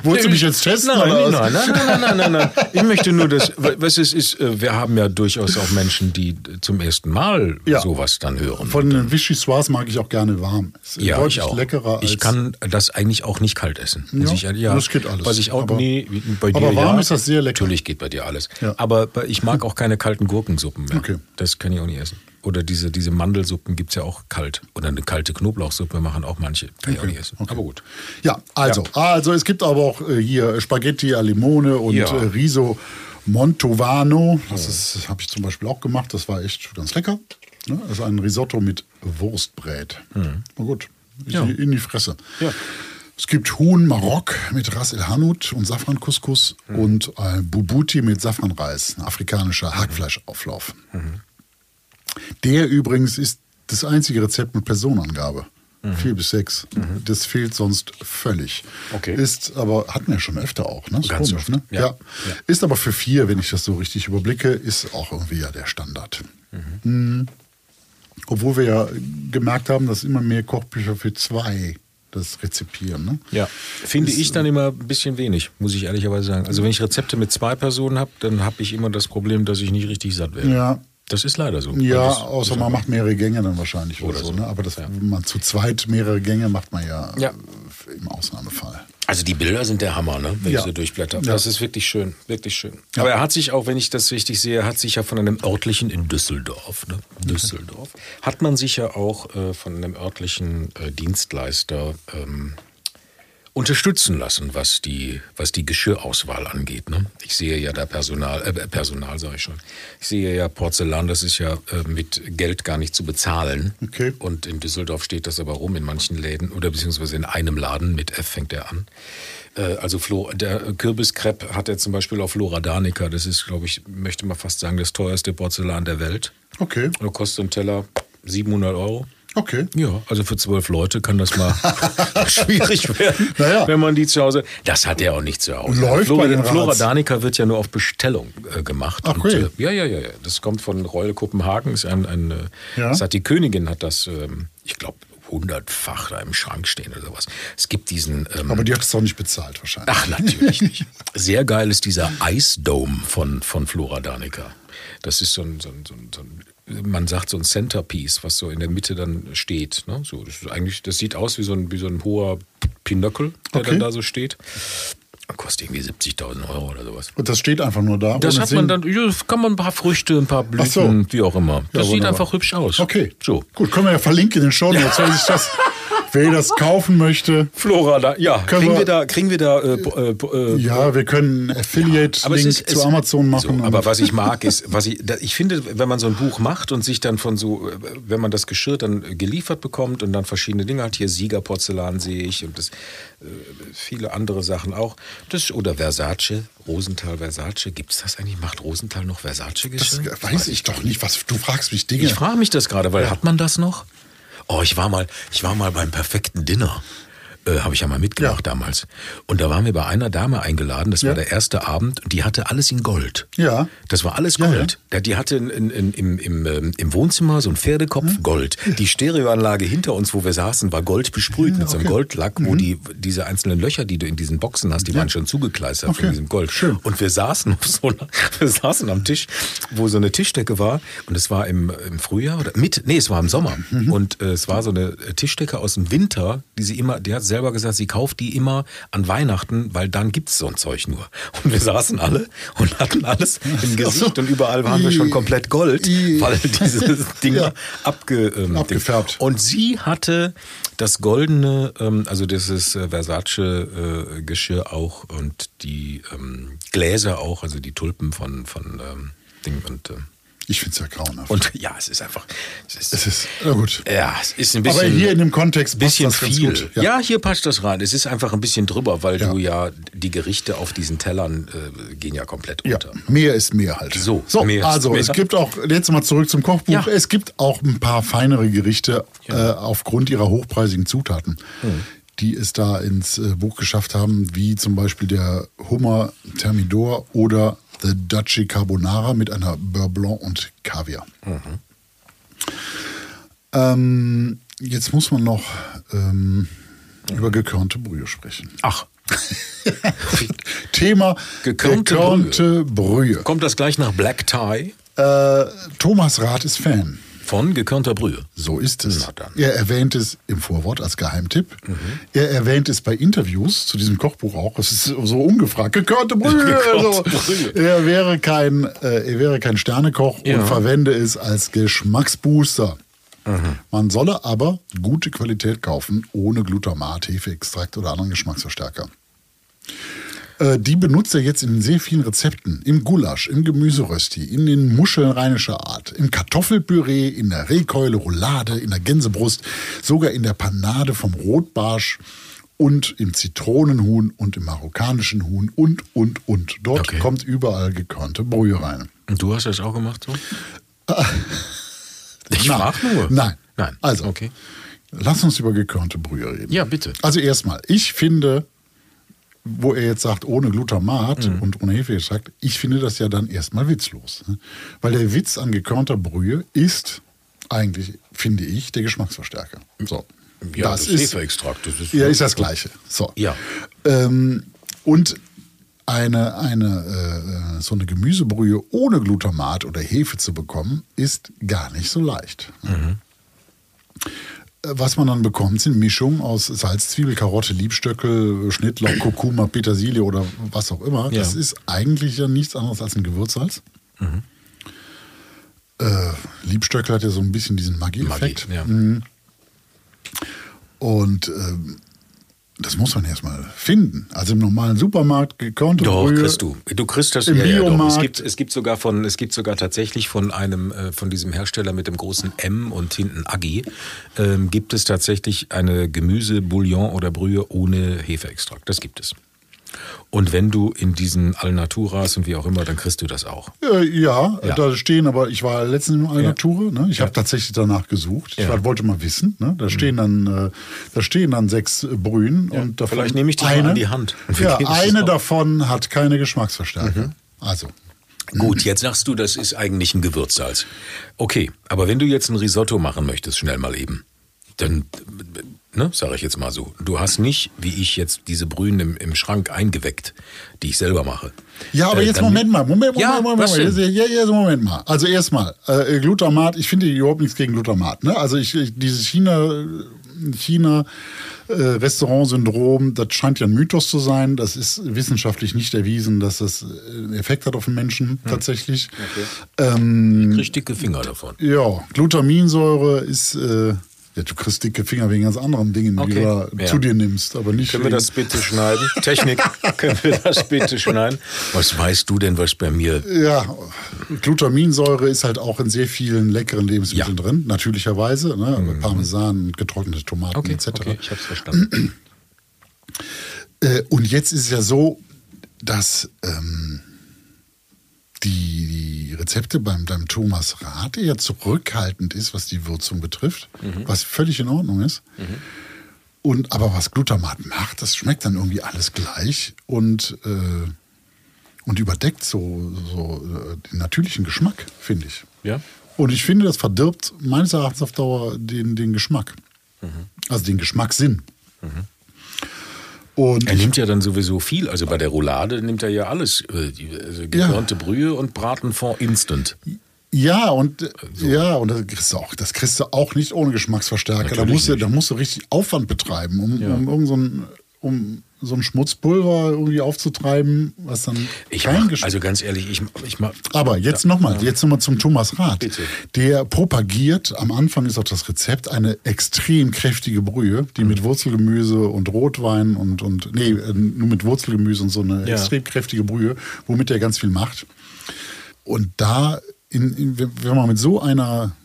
S3: Wolltest du mich jetzt testen?
S2: Nein,
S3: oder
S2: nein,
S3: was?
S2: nein, nein, nein, nein, nein, nein. Ich möchte nur das, was es ist, äh, wir haben ja durchaus auch Menschen, die zum ersten Mal
S3: Ja.
S2: sowas dann hören.
S3: Von den Vichyssoise mag ich auch gerne warm. Ist
S2: ja,
S3: deutlich
S2: ich auch.
S3: leckerer als
S2: ich kann das eigentlich auch nicht kalt essen. muss
S3: Ja,
S2: ich, ja,
S3: das geht alles.
S2: Was ich auch,
S3: Aber-
S2: nee, bei dir,
S3: aber warm
S2: ja,
S3: ist das sehr lecker.
S2: Natürlich geht bei dir alles.
S3: Ja.
S2: Aber bei- ich mag auch keine kalten Gurkensuppen mehr.
S3: Okay.
S2: Das kann ich auch nicht essen. Oder diese, diese Mandelsuppen gibt es ja auch kalt. Oder eine kalte Knoblauchsuppe machen auch manche. Kann ich auch nicht essen. Aber gut.
S3: Ja, also, also es gibt aber auch äh, hier Spaghetti alla Limone und
S2: Ja.
S3: äh, Riso Montovano. Das ist habe ich zum Beispiel auch gemacht. Das war echt ganz lecker. Ne? Also ein Risotto mit Wurstbrät. Na gut, ist
S2: Mhm. Ja.
S3: in die Fresse. Es gibt Huhn Marok mit Ras el Hanout und Safran-Couscous
S2: Mhm.
S3: und äh, Bubuti mit Safranreis, ein afrikanischer Hackfleischauflauf. Der übrigens ist das einzige Rezept mit Personenangabe.
S2: Mhm.
S3: Vier bis sechs. Das fehlt sonst völlig.
S2: Okay.
S3: Ist aber, hatten wir schon öfter auch, ne? Ist
S2: Ganz
S3: komisch,
S2: oft,
S3: ne?
S2: ja.
S3: Ja. Ist aber für vier, wenn ich das so richtig überblicke, ist auch irgendwie ja der Standard. Mhm. Obwohl wir ja gemerkt haben, dass immer mehr Kochbücher für zwei das rezipieren, ne?
S2: Ja, finde ich
S3: äh,
S2: dann immer ein bisschen wenig, muss ich ehrlicherweise sagen. Also wenn ich Rezepte mit zwei Personen habe, dann habe ich immer das Problem, dass ich nicht richtig satt werde.
S3: Ja.
S2: Das ist leider so.
S3: Ja,
S2: Das-
S3: außer man macht mehrere Gänge dann wahrscheinlich oder,
S2: Oder
S3: so,
S2: so,
S3: ne? Aber das,
S2: ja.
S3: man zu zweit mehrere Gänge macht man ja,
S2: Ja.
S3: äh, im Ausnahmefall.
S2: Also die Bilder sind der Hammer, ne? wenn
S3: Ja.
S2: ich so durchblätter.
S3: Ja.
S2: Das ist wirklich schön, wirklich schön. Aber er hat sich auch, wenn ich das richtig sehe, hat sich ja von einem örtlichen in Düsseldorf, ne? Düsseldorf, hat man sich ja auch äh, von einem örtlichen äh, Dienstleister ähm, unterstützen lassen, was die, was die Geschirrauswahl angeht. Ne? Ich sehe ja da Personal, äh, Personal sage ich schon. Ich sehe ja Porzellan, das ist ja äh, mit Geld gar nicht zu bezahlen.
S3: Okay.
S2: Und in Düsseldorf steht das aber rum in manchen Läden oder beziehungsweise in einem Laden mit F fängt er an. Äh, also Flo, der Kürbiskrepp hat er zum Beispiel auf Flora Danica. Das ist, glaube ich, möchte man fast sagen, das teuerste Porzellan der Welt.
S3: Okay,
S2: Da kostet ein Teller 700 Euro.
S3: okay.
S2: Ja, also für zwölf Leute kann das
S3: <laughs>
S2: mal schwierig werden,
S3: Naja.
S2: wenn man die zu Hause. Das hat er auch nicht zu Hause.
S3: Läuft
S2: Flora,
S3: bei den Rats.
S2: Flora Danica wird ja nur auf Bestellung äh, gemacht.
S3: Ach, cool.
S2: äh, ja, ja, ja, ja. Das kommt von Royal Kopenhagen. Ist ein, ein, äh,
S3: Ja.
S2: Das hat die Königin hat das, ähm, ich glaube, hundertfach da im Schrank stehen oder sowas. Es gibt diesen. Ähm,
S3: Aber die hat es doch nicht bezahlt wahrscheinlich.
S2: Ach, natürlich nicht. Sehr geil ist dieser Eisdome von, von Flora Danica. das ist so ein, so ein, so ein, so ein man sagt so ein Centerpiece, was so in der Mitte dann steht. Ne? So, das, ist eigentlich, das sieht aus wie so ein, wie so ein hoher Pinöckel, der
S3: Okay.
S2: dann da so steht. Kostet irgendwie 70.000 Euro oder sowas.
S3: <laughs> Und das steht einfach nur da.
S2: Das
S3: ohne
S2: hat
S3: Sinn.
S2: man dann, ja, kann man ein paar Früchte, ein paar Blüten,
S3: so.
S2: wie auch immer. Das sieht
S3: wunderbar.
S2: einfach hübsch aus.
S3: Okay.
S2: So.
S3: Gut, können wir ja verlinken in den Show Notes, wer sich
S2: <laughs>
S3: das, wer das kaufen möchte.
S2: Flora, da, ja.
S3: Können
S2: Kriegen
S3: wir-
S2: wir da, kriegen wir da, äh, bo- äh, bo- äh,
S3: Ja, wir können
S2: aber es
S3: Affiliate-Link
S2: ist,
S3: zu
S2: es-
S3: Amazon machen.
S2: So, aber
S3: und-
S2: was ich mag, ist, was ich, da, ich finde, wenn man so ein Buch macht und sich dann von so, äh, wenn man das Geschirr dann äh, geliefert bekommt und dann verschiedene Dinge hat, hier Siegerporzellan sehe ich und das, äh, viele andere Sachen auch. Das, oder Versace, Rosenthal Versace. Gibt es das eigentlich? Macht Rosenthal noch
S3: das
S2: Versace-Geschirr?
S3: weiß ich doch nicht, was du fragst mich Dinge.
S2: Ich frage mich das gerade, weil hat man das noch? Oh, ich war mal, ich war mal beim perfekten Dinner. Äh, Habe ich ja mal mitgemacht
S3: Ja.
S2: damals. Und da waren wir bei einer Dame eingeladen. Das war
S3: Ja.
S2: der erste Abend. Und die hatte alles in Gold.
S3: Ja.
S2: Das war alles
S3: Ja,
S2: Gold. Da- Die hatte in, in, in, im, im, ähm, im Wohnzimmer so einen Pferdekopf
S3: Hm?
S2: Gold. Die Stereoanlage hinter uns, wo wir saßen, war Gold besprüht mit so einem Goldlack,
S3: Mhm.
S2: wo die, diese einzelnen Löcher, die du in diesen Boxen hast, die waren schon zugekleistert von
S3: Okay.
S2: diesem Gold.
S3: Schön.
S2: Und wir saßen auf so einer, <laughs> wir saßen am Tisch, wo so eine Tischdecke war. Und es war im, im Frühjahr oder mit, nee, es war im Sommer. Und äh, es war so eine Tischdecke aus dem Winter, die sie immer, die hat selber gesagt, sie kauft die immer an Weihnachten, weil dann gibt's so ein Zeug nur. Und wir saßen alle und hatten alles <laughs> im Gesicht und überall waren wir schon komplett Gold,
S3: I-
S2: weil <laughs> dieses Ding
S3: Ja.
S2: abge, ähm,
S3: Abgefärbt.
S2: Und sie hatte das goldene, ähm, also dieses äh, Versace-Geschirr auch und die ähm, Gläser auch, also die Tulpen von, von ähm, Ding und, ähm,
S3: Ich finde es ja grauenhaft.
S2: und ja, es ist einfach. Es ist,
S3: es ist, na gut.
S2: ja, es ist ein bisschen.
S3: Aber hier in dem Kontext passt
S2: bisschen
S3: das ganz
S2: viel.
S3: gut.
S2: Ja. hier passt das rein. Es ist einfach ein bisschen drüber, weil
S3: Ja.
S2: du ja die Gerichte auf diesen Tellern äh, gehen ja komplett
S3: Ja,
S2: unter.
S3: mehr ist mehr halt.
S2: So, mehr ist
S3: also
S2: mehr.
S3: es gibt auch, jetzt mal zurück zum Kochbuch,
S2: Ja. genau.
S3: es gibt auch ein paar feinere Gerichte äh, aufgrund ihrer hochpreisigen Zutaten,
S2: Hm.
S3: die es da ins äh, Buch geschafft haben, wie zum Beispiel der Hummer Thermidor oder The Dutchy Carbonara mit einer Beurre Blanc und Kaviar.
S2: Mhm.
S3: Ähm, jetzt muss man noch ähm, über gekörnte Brühe sprechen.
S2: Ach,
S3: Thema
S2: Gekörnte
S3: gekörnte Brühe.
S2: kommt das gleich nach Black Tie
S3: Äh, Thomas Rath ist Fan.
S2: von gekörnter Brühe?
S3: So ist es.
S2: Na dann. Mhm.
S3: Er erwähnt es im Vorwort als Geheimtipp. Er erwähnt es bei Interviews zu diesem Kochbuch auch. Es ist so ungefragt.
S2: <laughs>
S3: Gekörnte Brühe. Also,
S2: Gekörnte Brühe.
S3: er, wäre kein, äh, er wäre kein Sternekoch
S2: Ja.
S3: und verwende es als Geschmacksbooster.
S2: Mhm.
S3: Man solle aber gute Qualität kaufen, ohne Glutamat, Hefeextrakt oder anderen Geschmacksverstärker. Äh, die benutzt er jetzt in sehr vielen Rezepten. Im Gulasch, im Gemüserösti, in den Muscheln rheinischer Art, im Kartoffelpüree, in der Rehkeule, Roulade, in der Gänsebrust, sogar in der Panade vom Rotbarsch und im Zitronenhuhn und im marokkanischen Huhn und, und, und. Dort
S2: Okay.
S3: kommt überall gekörnte Brühe rein.
S2: Und du hast das auch gemacht so? <laughs> Ich
S3: Nein.
S2: frag nur.
S3: Nein.
S2: Nein.
S3: Also,
S2: Okay.
S3: lass uns über gekörnte Brühe reden.
S2: Ja, bitte.
S3: Also erstmal, ich finde, wo er jetzt sagt, ohne Glutamat
S2: Mhm.
S3: und ohne Hefe sagt, ich finde das ja dann erstmal witzlos. ne? Weil der Witz an gekörnter Brühe ist eigentlich, finde ich, der Geschmacksverstärker. So.
S2: Ja, das Hefeextrakt, das ist- halt
S3: ja, ist das Gleiche. So.
S2: Ja.
S3: Ähm, und eine, eine, äh, so eine Gemüsebrühe ohne Glutamat oder Hefe zu bekommen, ist gar nicht so leicht.
S2: Mhm.
S3: Äh, Was man dann bekommt, sind Mischungen aus Salz, Zwiebel, Karotte, Liebstöckel, Schnittlauch, Kurkuma, Petersilie oder was auch immer.
S2: Ja. Mhm.
S3: Das ist eigentlich ja nichts anderes als ein Gewürzsalz. Äh, Liebstöckel hat ja so ein bisschen diesen
S2: Magie.
S3: Magie-Effekt.
S2: Ja.
S3: Und ähm, das muss man erstmal finden. Also im normalen Supermarkt gekörnte
S2: Doch,
S3: Brühe.
S2: kriegst du. Du kriegst das
S3: Im
S2: ja, ja, doch. Es
S3: Biomarkt.
S2: gibt, es gibt sogar von, es gibt sogar tatsächlich von einem, äh, von diesem Hersteller mit dem großen M und hinten Agi, ähm, gibt es tatsächlich eine Gemüse, Bouillon oder Brühe ohne Hefeextrakt. Das gibt es. Und wenn du in diesen Alnaturas und wie auch immer, dann kriegst du das auch.
S3: Äh, ja,
S2: Ja.
S3: da stehen aber, ich war letztens in Alnatura, ne? ich habe tatsächlich danach gesucht. Ich
S2: Ja. Mhm.
S3: war, wollte mal wissen, ne? da, stehen dann, äh, da stehen dann sechs äh, Brühen. und davon
S2: vielleicht nehme ich die mal
S3: eine,
S2: an die <laughs> Hand. Und wir
S3: Ja,
S2: gehen das
S3: eine
S2: noch.
S3: davon hat keine Geschmacksverstärker.
S2: Mhm.
S3: Also,
S2: Gut, jetzt sagst du, das ist eigentlich ein Gewürzsalz. Okay, aber wenn du jetzt ein Risotto machen möchtest, schnell mal eben, dann ne, sage ich jetzt mal so. Du hast nicht, wie ich jetzt diese Brühen im, im Schrank eingeweckt, die ich selber mache.
S3: Ja, aber
S2: Äh,
S3: jetzt
S2: dann-
S3: Moment mal, Moment, Moment,
S2: Ja,
S3: Moment,
S2: was
S3: Moment,
S2: denn?
S3: Ja, ja, Moment mal. Also erstmal, äh, Glutamat, ich finde überhaupt nichts gegen Glutamat. Ne? Also ich, ich, dieses China, China äh, Restaurant-Syndrom, das scheint ja ein Mythos zu sein. Das ist wissenschaftlich nicht erwiesen, dass das äh, einen Effekt hat auf
S2: Hm.
S3: den Menschen tatsächlich. Ähm,
S2: Krieg dicke Finger davon.
S3: ja, Glutaminsäure ist. Äh, ja, du kriegst dicke Finger wegen ganz anderen Dingen, die
S2: Okay.
S3: du da
S2: Ja.
S3: zu dir nimmst, aber nicht.
S2: Können wir
S3: wegen-
S2: das bitte <laughs> schneiden? Technik, können wir das bitte schneiden? Was weißt du denn, was bei mir
S3: Ja, Glutaminsäure ist halt auch in sehr vielen leckeren Lebensmitteln
S2: Ja. Mhm.
S3: drin, natürlicherweise. Ne? Parmesan, getrocknete Tomaten etc.
S2: Okay, ich hab's verstanden.
S3: Äh, und jetzt ist es ja so, dass ähm, die, die Rezepte beim, beim Thomas Rath eher zurückhaltend ist, was die Würzung betrifft, was völlig in Ordnung ist. Und aber was Glutamat macht, das schmeckt dann irgendwie alles gleich und, äh, und überdeckt so, so äh, den natürlichen Geschmack, finde ich.
S2: Ja?
S3: Und ich finde, das verdirbt meines Erachtens auf Dauer den, den Geschmack. Also den Geschmackssinn. Und
S2: Er nimmt ja dann sowieso viel. Also bei der Roulade nimmt er ja alles. äh, die- Also gekörnte Brühe und Bratenfond instant.
S3: Ja, und äh, ja, und das kriegst du auch, das kriegst du auch nicht ohne Geschmacksverstärker. Da
S2: Natürlich
S3: musst, du,
S2: nicht.
S3: da musst du richtig Aufwand betreiben, um, um irgend so ein, um so ein Schmutzpulver irgendwie aufzutreiben, was dann
S2: Ich
S3: keinen
S2: mach,
S3: Geschmack.
S2: also ganz ehrlich, ich, ich mach,
S3: aber jetzt nochmal, jetzt nochmal zum Thomas Rath.
S2: Bitte.
S3: Der propagiert, am Anfang ist auch das Rezept, eine extrem kräftige Brühe, die mit Wurzelgemüse und Rotwein und, und nee, äh, nur mit Wurzelgemüse und so eine
S2: Ja.
S3: extrem kräftige Brühe, womit er ganz viel macht. Und da, in, in, wenn man mit so einer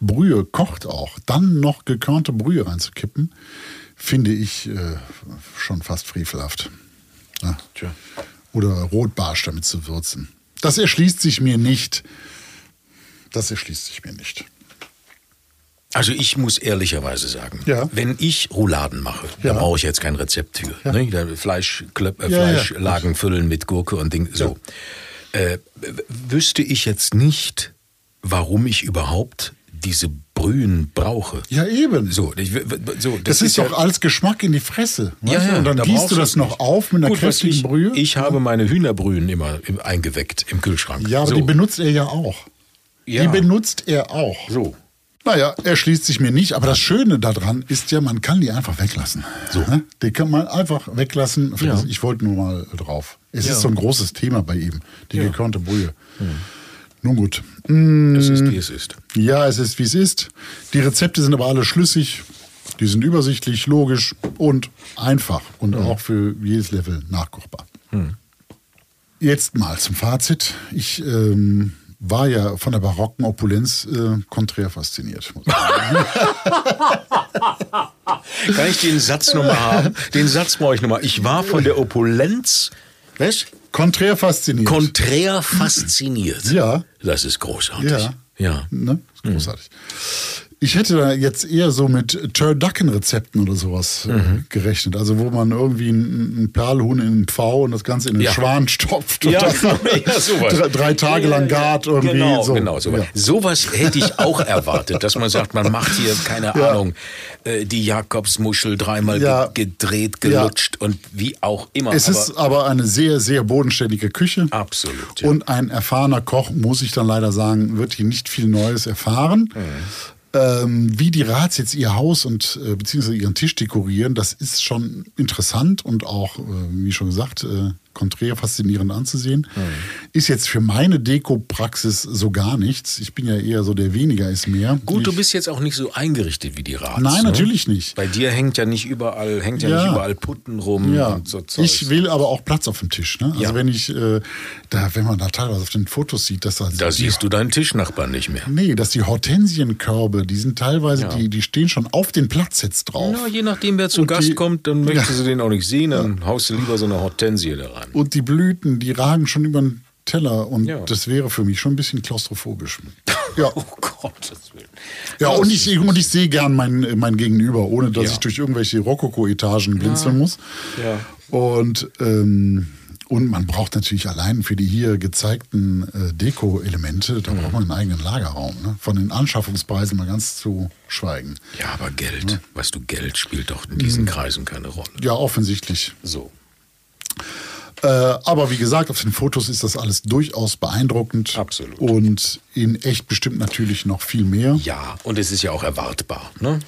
S3: Brühe kocht auch, dann noch gekörnte Brühe reinzukippen, finde ich äh, schon fast frevelhaft. Ja.
S2: Tja.
S3: Oder Rotbarsch damit zu würzen. Das erschließt sich mir nicht. Das erschließt sich mir nicht.
S2: Also ich muss ehrlicherweise sagen,
S3: Ja.
S2: wenn ich Rouladen mache,
S3: Ja.
S2: da brauche ich jetzt kein Rezept für. Ne? Da Fleisch, Klöp, äh,
S3: Ja, ja.
S2: Fleischlagen füllen mit Gurke und Ding. So. Äh, w- wüsste ich jetzt nicht, warum ich überhaupt diese Brühen brauche.
S3: Ja, eben.
S2: So, ich, w- w- so
S3: das, ist doch
S2: ja-
S3: als Geschmack in die Fresse. weißt du? Und dann
S2: da
S3: gießt
S2: brauchst
S3: du das
S2: es
S3: noch
S2: nicht.
S3: auf mit einer
S2: Gut, was
S3: kräftigen
S2: ich,
S3: Brühe.
S2: Ich habe meine Hühnerbrühen immer im, eingeweckt im Kühlschrank.
S3: ja, aber
S2: so.
S3: die benutzt er ja auch.
S2: ja.
S3: Die benutzt er auch.
S2: so.
S3: Naja, er schließt sich mir nicht, aber das Schöne daran ist ja, man kann die einfach weglassen. So. Die kann man einfach weglassen.
S2: Ja.
S3: Ich wollte nur mal drauf. Es
S2: Ja. Hm.
S3: ist so ein großes Thema bei ihm, die gekörnte Brühe. Nun gut.
S2: Es ist, wie es ist.
S3: Ja, es ist wie es ist. Die Rezepte sind aber alle schlüssig. Die sind übersichtlich, logisch und einfach und auch für jedes Level nachkochbar. Jetzt mal zum Fazit. Ich ähm, war ja von der barocken Opulenz äh, konträr fasziniert. muss ich sagen.
S2: Kann ich den Satz nochmal
S3: <laughs>
S2: haben? Den Satz brauche ich nochmal. Ich war von der Opulenz
S3: Was? Konträr fasziniert.
S2: konträr fasziniert.
S3: Ja.
S2: Das ist großartig.
S3: ja.
S2: Ja.
S3: Ne? Ist
S2: Mhm.
S3: Großartig. Ich hätte da jetzt eher so mit Turducken-Rezepten oder sowas äh,
S2: Mhm.
S3: gerechnet. Also wo man irgendwie ein, ein Perlhuhn in einen Pfau und das Ganze in den
S2: Ja.
S3: Schwan stopft.
S2: Ja,
S3: und dann
S2: <laughs> ja, sowas.
S3: <laughs> Drei, drei Tage lang gart irgendwie.
S2: Genau,
S3: so.
S2: genau sowas.
S3: Ja.
S2: Sowas hätte ich auch erwartet, dass man sagt, man macht hier, keine
S3: Ja.
S2: Ahnung, äh, die Jakobsmuschel dreimal
S3: Ja.
S2: ge gedreht,
S3: Ja.
S2: gelutscht und wie auch immer.
S3: Es ist aber eine sehr, sehr bodenständige Küche.
S2: Absolut, ja.
S3: Und ein erfahrener Koch, muss ich dann leider sagen, wird hier nicht viel Neues erfahren.
S2: Mhm.
S3: Ähm, wie die Rats jetzt ihr Haus und äh, beziehungsweise ihren Tisch dekorieren, das ist schon interessant und auch, äh, wie schon gesagt, äh, konträr faszinierend anzusehen.
S2: Mhm.
S3: Ist jetzt für meine Deko-Praxis so gar nichts. Ich bin ja eher so der weniger ist mehr.
S2: Gut, du
S3: Ich-
S2: bist jetzt auch nicht so eingerichtet wie die Rats.
S3: Nein,
S2: ne?
S3: natürlich nicht.
S2: Bei dir hängt ja nicht überall, hängt ja,
S3: Ja.
S2: nicht überall Putten rum
S3: Ja,
S2: und so Zeug.
S3: ich will aber auch Platz auf dem Tisch. Ne? Also
S2: Ja.
S3: wenn ich, äh, da, wenn man da teilweise auf den Fotos sieht, dass da,
S2: da
S3: die,
S2: siehst du deinen Tischnachbarn nicht mehr.
S3: nee, dass die Hortensienkörbe, die sind teilweise, die, die stehen schon auf den Platz jetzt drauf.
S2: Na, je nachdem, wer zu
S3: Und
S2: Gast
S3: die-
S2: kommt, dann möchtest du den auch nicht sehen, dann haust du lieber so eine Hortensie da rein.
S3: Und die Blüten, die ragen schon über den Teller und
S2: Ja.
S3: das wäre für mich schon ein bisschen
S2: <laughs>
S3: klaustrophobisch. Ja,
S2: Oh Gott, das will.
S3: ja und ich, und ich sehe gern mein, mein Gegenüber, ohne dass
S2: Ja.
S3: ich durch irgendwelche Rokoko-Etagen blinzeln muss.
S2: Ja.
S3: Und, ähm, Und man braucht natürlich allein für die hier gezeigten äh, Deko-Elemente,
S2: Mhm.
S3: da braucht man einen eigenen Lagerraum. Ne? Von den Anschaffungspreisen mal ganz zu schweigen.
S2: Ja, aber Geld, weißt du, Geld spielt doch in
S3: Mhm.
S2: diesen Kreisen keine Rolle.
S3: Ja, offensichtlich.
S2: So.
S3: Äh, aber wie gesagt, auf den Fotos ist das alles durchaus beeindruckend.
S2: Absolut.
S3: Und in echt bestimmt natürlich noch viel mehr.
S2: Ja, und es ist ja auch erwartbar, ne?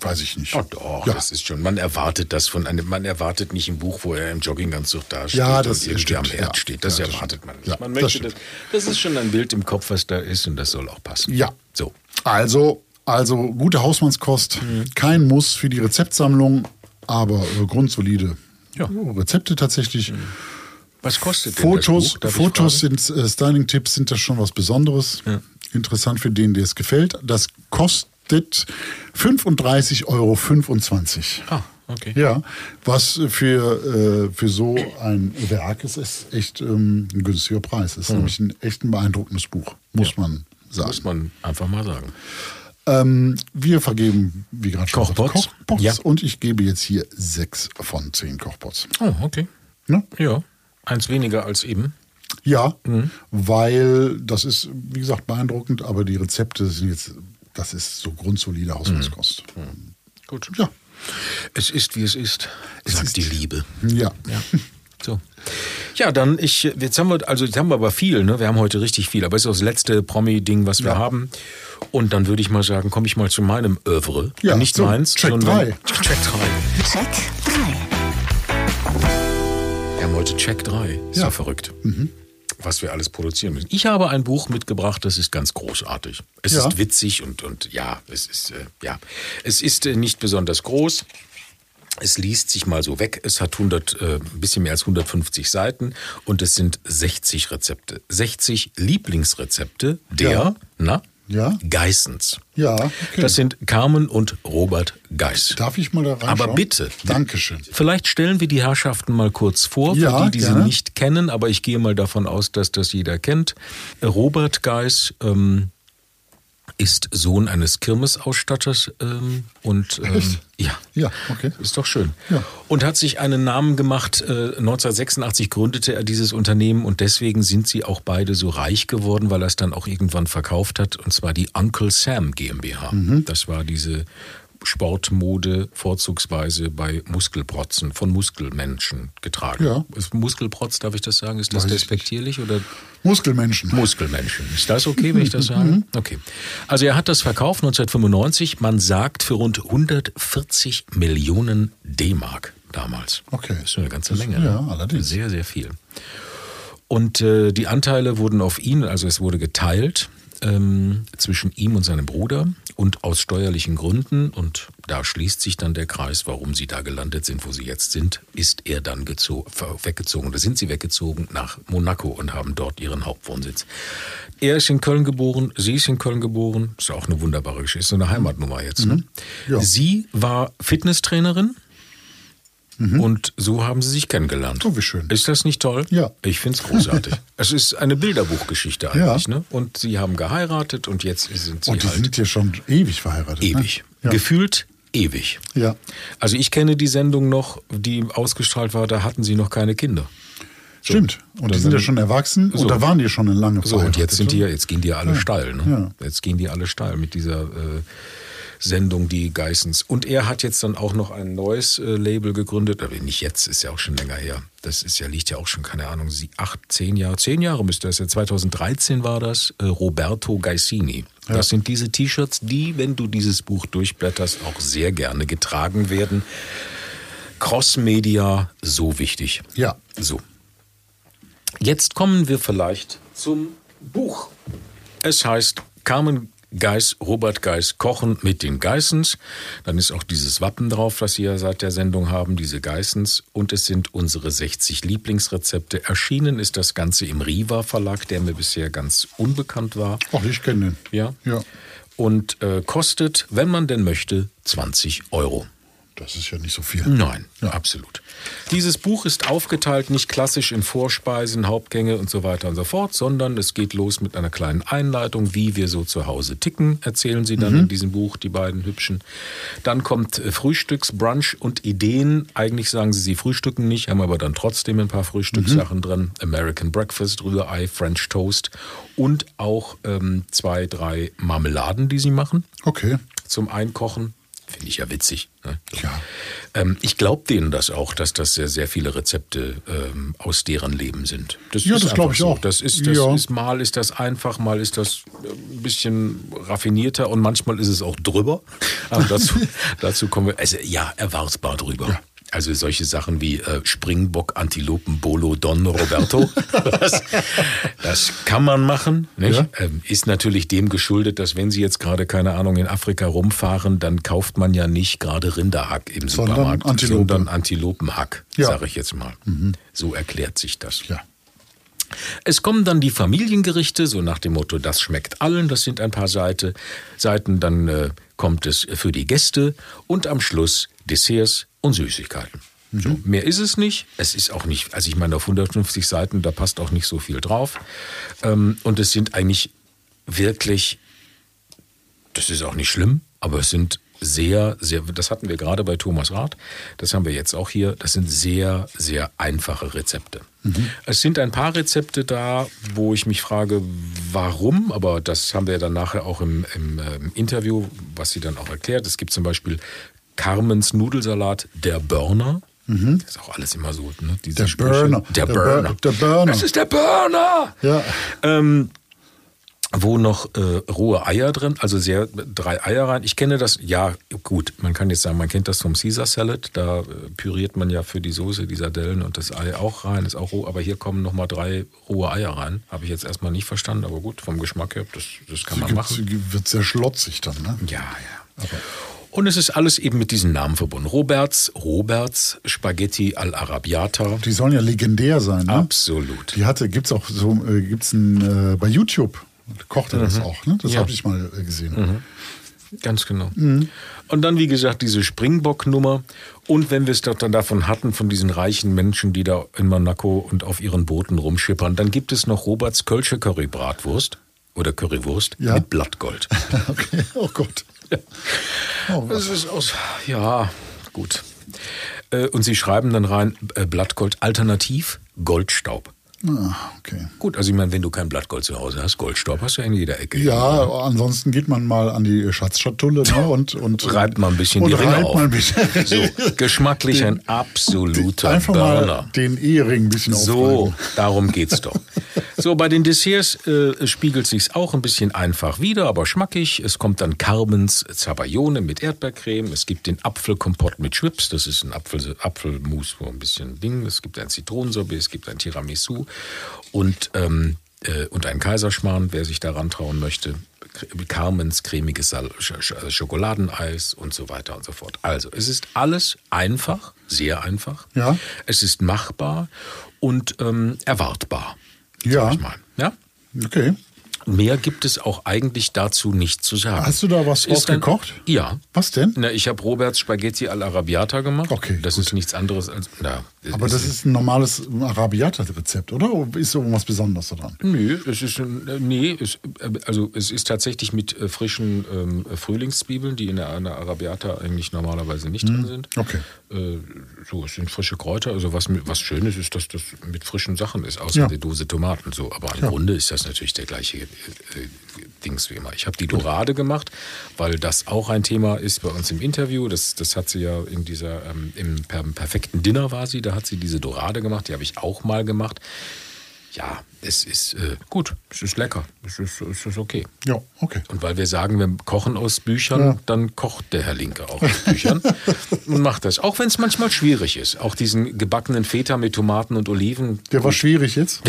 S3: Weiß ich nicht.
S2: Oh, doch,
S3: ja.
S2: das ist schon. Man erwartet das von einem. Man erwartet nicht ein Buch, wo er im Jogginganzug dasteht
S3: Ja, das
S2: und irgendwie
S3: stimmt,
S2: am Herd
S3: ja.
S2: steht. Das
S3: Ja, das
S2: erwartet
S3: stimmt.
S2: man nicht.
S3: Ja,
S2: man
S3: das
S2: möchte das,
S3: stimmt.
S2: das. ist schon ein Bild im Kopf, was da ist, und das soll auch passen.
S3: Ja.
S2: So.
S3: Also, also gute Hausmannskost.
S2: Mhm.
S3: Kein Muss für die Rezeptsammlung, aber äh, grundsolide
S2: Ja. Mhm.
S3: Rezepte tatsächlich.
S2: Was kostet denn das
S3: Fotos,
S2: Buch? Darf ich
S3: Fotos
S2: fragen?
S3: sind äh, Styling-Tipps sind das schon was Besonderes. Interessant für den, der es gefällt. Das kostet 35,25 Euro.
S2: Ah, okay.
S3: Ja, was für, äh, für so ein Werk ist, ist echt ähm, ein günstiger Preis.
S2: Hm.
S3: Ist nämlich ein echt ein beeindruckendes Buch, muss man sagen.
S2: Muss man einfach mal sagen.
S3: Ähm, wir vergeben, wie gerade schon gesagt,
S2: Kochpots?
S3: Kochpots.
S2: Ja.
S3: Und ich gebe jetzt hier sechs von zehn Kochpots.
S2: Oh, okay.
S3: Ne?
S2: Ja. Eins weniger als eben.
S3: Ja,
S2: Mhm.
S3: weil das ist, wie gesagt, beeindruckend, aber die Rezepte sind jetzt, das ist so
S2: Mhm.
S3: grundsolide Hausmannskost.
S2: Gut.
S3: Ja.
S2: Es ist, wie es ist, sagt
S3: ist-
S2: die Liebe.
S3: Ja.
S2: <laughs> So. Ja, dann ich, jetzt haben wir, also jetzt haben wir aber viel, ne? Wir haben heute richtig viel, aber es ist das letzte Promi-Ding, was wir haben. Und dann würde ich mal sagen, komme ich mal zu meinem Övre.
S3: Ja,
S2: Nicht
S3: so,
S2: meins,
S3: Check
S2: sondern
S3: drei.
S2: Check 3.
S1: Check 3.
S2: Wir haben heute Check 3. Ist ja,
S3: Ja. Mhm.
S2: verrückt. Was wir alles produzieren müssen. Ich habe ein Buch mitgebracht, das ist ganz großartig. Es
S3: Ja.
S2: ist witzig und, und ja, es ist, äh, ja. Es ist äh, nicht besonders groß. Es liest sich mal so weg. Es hat 100, äh, ein bisschen mehr als 150 Seiten und es sind 60 Rezepte. 60 Lieblingsrezepte der,
S3: Ja.
S2: na,
S3: Ja.
S2: Geissens.
S3: Ja, okay.
S2: Das sind Carmen und Robert Geiss.
S3: Darf ich mal da reinschauen?
S2: Aber bitte.
S3: Dankeschön.
S2: Vielleicht stellen wir die Herrschaften mal kurz vor, für
S3: Ja,
S2: die, die sie
S3: gerne.
S2: nicht kennen, aber ich gehe mal davon aus, dass das jeder kennt. Robert Geis ähm, ist Sohn eines Kirmesausstatters ähm, und ähm, ja.
S3: Ja, okay.
S2: Ist doch schön.
S3: Ja.
S2: Und hat sich einen Namen gemacht. Äh, 1986 gründete er dieses Unternehmen und deswegen sind sie auch beide so reich geworden, weil er es dann auch irgendwann verkauft hat. Und zwar die Uncle Sam GmbH.
S3: Mhm.
S2: Das war diese Sportmode vorzugsweise bei Muskelprotzen von Muskelmenschen getragen.
S3: Ja.
S2: Ist Muskelprotz, darf ich das sagen? Ist das
S3: Weiß ich nicht.
S2: despektierlich oder
S3: Muskelmenschen.
S2: Muskelmenschen. Ist das okay, wenn ich das sage? Okay. Also er hat das verkauft 1995, man sagt für rund 140 Millionen D-Mark damals.
S3: Okay.
S2: Das ist eine ganze Menge.
S3: ja,
S2: ne?
S3: allerdings.
S2: Sehr, sehr viel. Und äh, die Anteile wurden auf ihn, also es wurde geteilt ähm, zwischen ihm und seinem Bruder und aus steuerlichen Gründen, und da schließt sich dann der Kreis, warum sie da gelandet sind, wo sie jetzt sind, ist er dann gezo- ver- weggezogen oder sind sie weggezogen nach Monaco und haben dort ihren Hauptwohnsitz. Er ist in Köln geboren, sie ist in Köln geboren, ist auch eine wunderbare Geschichte, ist so eine Heimatnummer jetzt. Ne?
S3: Mhm. Ja.
S2: Sie war Fitnesstrainerin. Und so haben sie sich kennengelernt.
S3: Mhm. Oh, wie schön.
S2: Ist das nicht toll?
S3: Ja.
S2: Ich finde es
S3: <laughs>
S2: großartig. es ist eine Bilderbuchgeschichte eigentlich.
S3: Ja.
S2: Ne? Und sie haben geheiratet und jetzt sind sie
S3: Und die
S2: halt
S3: sind ja schon ewig verheiratet.
S2: ewig.
S3: Ne?
S2: Gefühlt ewig.
S3: Ja. ja.
S2: Also ich kenne die Sendung noch, die ausgestrahlt war, da hatten sie noch keine Kinder.
S3: Stimmt. Und die sind ja schon erwachsen
S2: So.
S3: und da waren die schon eine lange
S2: So, und
S3: verheiratet, ne?
S2: jetzt sind die
S3: oder?
S2: ja, jetzt gehen die ja alle steil. Ne? Jetzt gehen die alle steil mit dieser äh, Sendung, die Geissens. Und er hat jetzt dann auch noch ein neues äh, Label gegründet, aber nicht jetzt, ist ja auch schon länger her. Das ist ja, liegt ja auch schon, keine Ahnung, sie, acht, zehn Jahre, zehn Jahre müsste das ja. 2013 war das, äh, Roberto Gaisini. Das sind diese T-Shirts, die, wenn du dieses Buch durchblätterst, auch sehr gerne getragen werden. Cross-Media, so wichtig.
S3: Ja.
S2: So. Jetzt kommen wir vielleicht zum Buch. Es heißt Carmen Geiss, Robert Geiss kochen mit den Geissens. Dann ist auch dieses Wappen drauf, was Sie ja seit der Sendung haben, diese Geissens. Und es sind unsere 60 Lieblingsrezepte. Erschienen ist das Ganze im Riva Verlag, der mir bisher ganz unbekannt war.
S3: Ach, ich kenne den.
S2: Ja.
S3: Ja.
S2: Und äh, kostet, wenn man denn möchte, 20 Euro.
S3: Das ist ja nicht so viel.
S2: Nein, absolut. Dieses Buch ist aufgeteilt nicht klassisch in Vorspeisen, Hauptgänge und so weiter und so fort, sondern es geht los mit einer kleinen Einleitung, wie wir so zu Hause ticken, erzählen sie dann in diesem Buch, die beiden Hübschen. Dann kommt äh, Frühstücks, Brunch und Ideen. Eigentlich sagen sie, sie frühstücken nicht, haben aber dann trotzdem ein paar Frühstückssachen drin. American Breakfast, Rührei, French Toast und auch ähm, zwei, drei Marmeladen, die sie machen
S3: Okay.
S2: zum Einkochen. Finde ich ja witzig. Ne?
S3: Ja.
S2: Ähm, ich glaube denen das auch, dass das sehr, sehr viele Rezepte ähm, aus deren Leben sind.
S3: Ja, das
S2: einfach
S3: glaub ich auch.
S2: Das ist, das
S3: Ja.
S2: ist, mal ist das einfach, mal ist das äh, ein bisschen raffinierter und manchmal ist es auch drüber.
S3: <laughs>
S2: Aber dazu, dazu kommen wir, also ja, erwartbar drüber. Also solche Sachen wie äh, Springbock, Antilopen, Bolo, Don,
S3: <laughs>
S2: Roberto. das, das kann man machen. Nicht?
S3: Ja.
S2: Ähm, ist natürlich dem geschuldet, dass wenn Sie jetzt gerade, keine Ahnung, in Afrika rumfahren, dann kauft man ja nicht gerade Rinderhack im
S3: Sondern
S2: Supermarkt,
S3: Antilope.
S2: sondern Antilopenhack,
S3: Ja. Mhm.
S2: sage ich jetzt mal. So erklärt sich das.
S3: Ja.
S2: Es kommen dann die Familiengerichte, so nach dem Motto, das schmeckt allen, das sind ein paar Seite, Seiten, dann äh, kommt es für die Gäste und am Schluss Desserts und Süßigkeiten.
S3: Mhm.
S2: So, mehr ist es nicht. Es ist auch nicht, also ich meine, auf 150 Seiten, da passt auch nicht so viel drauf. Ähm, und es sind eigentlich wirklich das ist auch nicht schlimm, aber es sind sehr, sehr, das hatten wir gerade bei Thomas Rath, das haben wir jetzt auch hier, das sind sehr, sehr einfache Rezepte.
S3: Mhm.
S2: Es sind ein paar Rezepte da, wo ich mich frage, warum, aber das haben wir dann nachher auch im, im ähm, Interview, was sie dann auch erklärt. Es gibt zum Beispiel Carmens Nudelsalat, der Burner. Das ist auch alles immer so, ne? Diese
S3: Mhm. Der
S2: Sprüche.
S3: Burner.
S2: Der
S3: Der Bur-
S2: Burner.
S3: der Burner.
S2: Das ist der Burner
S3: Ja.
S2: ähm, wo noch äh, rohe Eier drin, also sehr drei Eier rein. Ich kenne das, ja gut, man kann jetzt sagen, man kennt das vom Caesar Salad, da äh, püriert man ja für die Soße die Sardellen und das Ei auch rein, ist auch roh, aber hier kommen nochmal drei rohe Eier rein. Habe ich jetzt erstmal nicht verstanden, aber gut, vom Geschmack her, das, das kann man machen.
S3: Gibt, wird sehr schlotzig dann, ne?
S2: Ja, ja. Und es ist alles eben mit diesen Namen verbunden. Roberts, Roberts, Spaghetti all'Arabiata.
S3: Die sollen ja legendär sein, ne?
S2: Absolut.
S3: Die hatte, gibt's auch so, äh, gibt's ein, äh, bei YouTube kocht er das auch, ne? Das
S2: Mhm. Ja. Mhm.
S3: habe ich mal äh, gesehen.
S2: Ganz genau. Und dann, wie gesagt, diese Springbock-Nummer. Und wenn wir es doch dann davon hatten, von diesen reichen Menschen, die da in Monaco und auf ihren Booten rumschippern, dann gibt es noch Roberts Kölsche Currybratwurst oder Currywurst
S3: Ja.
S2: mit Blattgold.
S3: <laughs> okay. Oh Gott. Oh, was?
S2: Das ist aus. Ja, gut. Äh, Und sie schreiben dann rein, äh, Blattgold alternativ Goldstaub.
S3: Ah, okay.
S2: Gut, also ich meine, wenn du kein Blattgold zu Hause hast, Goldstaub hast du ja in jeder Ecke.
S3: Ja, ansonsten geht man mal an die Schatzschatulle ne? und,
S2: <laughs>
S3: und
S2: Reibt mal ein bisschen
S3: und
S2: die Ringe
S3: reibt
S2: auf.
S3: Mal ein bisschen.
S2: <laughs> So, geschmacklich ein absoluter
S3: <laughs> Einfach
S2: Burner.
S3: mal den Ehering ein bisschen
S2: So,
S3: aufreiben.
S2: darum geht's doch. So, bei den Desserts äh, spiegelt sich's auch ein bisschen einfach wieder, aber schmackig. Es kommt dann Carmens Zabayone mit Erdbeercreme. Es gibt den Apfelkompott mit Chips. Das ist ein Apfel, Apfelmus, wo ein bisschen Ding. Es gibt ein Zitronensorbet, es gibt ein Tiramisu und, ähm, äh, und einen Kaiserschmarrn, wer sich daran trauen möchte. Carmens cremiges Sal Sch Sch äh, Schokoladeneis und so weiter und so fort. Also, es ist alles einfach, sehr einfach.
S3: Ja.
S2: Es ist machbar und ähm, erwartbar.
S3: Ja.
S2: sag Ich mal. ja.
S3: Okay.
S2: Mehr gibt es auch eigentlich dazu nicht zu sagen.
S3: Hast du da was
S2: Es ist
S3: draus gekocht?
S2: Ein, ja.
S3: Was denn?
S2: Na, ich habe Roberts Spaghetti all'Arabiata gemacht.
S3: Okay,
S2: Das ist nichts anderes als. Na,
S3: Aber das ist ein normales Arabiata-Rezept, oder? Oder Ist irgendwas Besonderes daran?
S2: Nö, es ist ein, äh, nee, es, äh, also es ist tatsächlich mit äh, frischen ähm, äh, Frühlingszwiebeln, die in der, in der Arabiata eigentlich normalerweise nicht
S3: Mhm.
S2: drin sind.
S3: Okay.
S2: Äh, so, es sind frische Kräuter. Also was, mit- was schön ist, ist, dass das mit frischen Sachen ist, außer
S3: Ja.
S2: der Dose Tomaten. So, aber im Grunde ist das natürlich der gleiche äh, äh, Dings wie immer. Ich habe die Dorade gemacht, weil das auch ein Thema ist bei uns im Interview. Das, das hat sie ja in dieser ähm, im per perfekten Dinner war sie. Da hat sie diese Dorade gemacht. Die habe ich auch mal gemacht. Ja, es ist äh, gut, es ist lecker, es ist, es ist okay.
S3: Ja, okay.
S2: Und weil wir sagen, wir kochen aus Büchern,
S3: Ja.
S2: dann kocht der Herr Linke auch aus
S3: <laughs>
S2: Büchern und macht das. Auch wenn es manchmal schwierig ist. Auch diesen gebackenen Feta mit Tomaten und Oliven.
S3: Der war schwierig jetzt.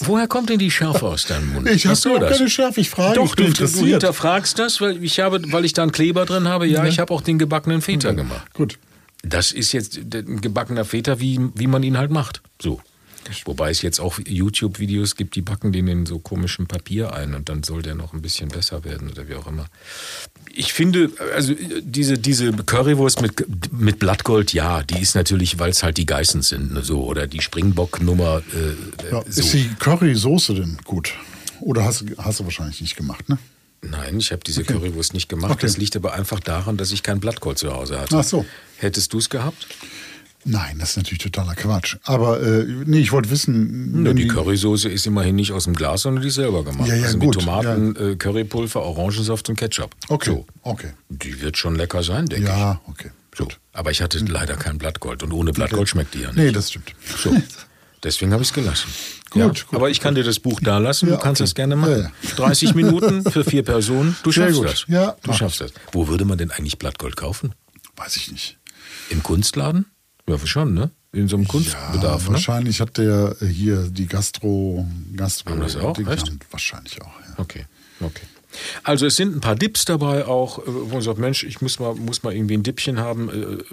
S2: Woher kommt denn die Schärfe aus deinem Mund?
S3: <laughs> Ich habe
S2: Hast du
S3: überhaupt keine Schärfe, ich frage.
S2: Doch,
S3: ich bin
S2: du, du
S3: interessiert.
S2: hinterfragst das, weil ich, habe, weil ich da einen Kleber drin habe. Ja, ich habe auch den gebackenen Feta gemacht.
S3: Gut.
S2: Das ist jetzt ein gebackener Feta, wie, wie man ihn halt macht. So. Wobei es jetzt auch YouTube-Videos gibt, die backen den in so komischem Papier ein und dann soll der noch ein bisschen besser werden oder wie auch immer. ich finde, also diese, diese Currywurst mit, mit Blattgold, ja, die ist natürlich, weil es halt die Geißen sind, ne, so, oder die Springbock-Nummer. Äh,
S3: Ja,
S2: so.
S3: Ist die Currysoße denn gut? Oder hast, du- hast du wahrscheinlich nicht gemacht, ne?
S2: Nein, ich habe diese Currywurst nicht gemacht.
S3: Okay.
S2: Das liegt aber einfach daran, dass ich kein Blattgold zu Hause hatte.
S3: Ach so.
S2: Hättest du es gehabt?
S3: Nein, das ist natürlich totaler Quatsch. Aber äh, nee, ich wollte wissen,
S2: Nö,
S3: Hm, wenn
S2: die
S3: die-
S2: Currysoße ist immerhin nicht aus dem Glas, sondern die ist selber gemacht.
S3: Ja, ja,
S2: also
S3: gut,
S2: mit Tomaten, äh, Currypulver, Orangensaft und Ketchup.
S3: Okay,
S2: So.
S3: okay.
S2: Die wird schon lecker sein, denke ich.
S3: Ja, okay.
S2: So. Aber ich hatte leider kein Blattgold und ohne Blattgold schmeckt die ja nicht.
S3: Nee, das stimmt.
S2: So. Deswegen habe ich es gelassen.
S3: Gut,
S2: ja,
S3: gut,
S2: aber ich kann dir das Buch da lassen,
S3: Ja,
S2: du kannst
S3: okay.
S2: das gerne machen.
S3: Ja,
S2: 30 Minuten für vier Personen, du
S3: Sehr
S2: schaffst
S3: gut.
S2: das.
S3: Ja,
S2: du
S3: mach
S2: schaffst das. Wo würde man denn eigentlich Blattgold kaufen?
S3: <laughs> Weiß ich nicht.
S2: Im Kunstladen? Ja, schon, ne? In so einem Kunstbedarf,
S3: ja,
S2: ne?
S3: wahrscheinlich hat der äh, hier die Gastro, Gastro
S2: Haben das auch?
S3: Ding-
S2: Echt?
S3: haben wahrscheinlich auch. Ja.
S2: Okay, okay. Also es sind ein paar Dips dabei auch, äh, wo man sagt, Mensch, ich muss mal, muss mal irgendwie ein Dippchen haben. Äh, äh,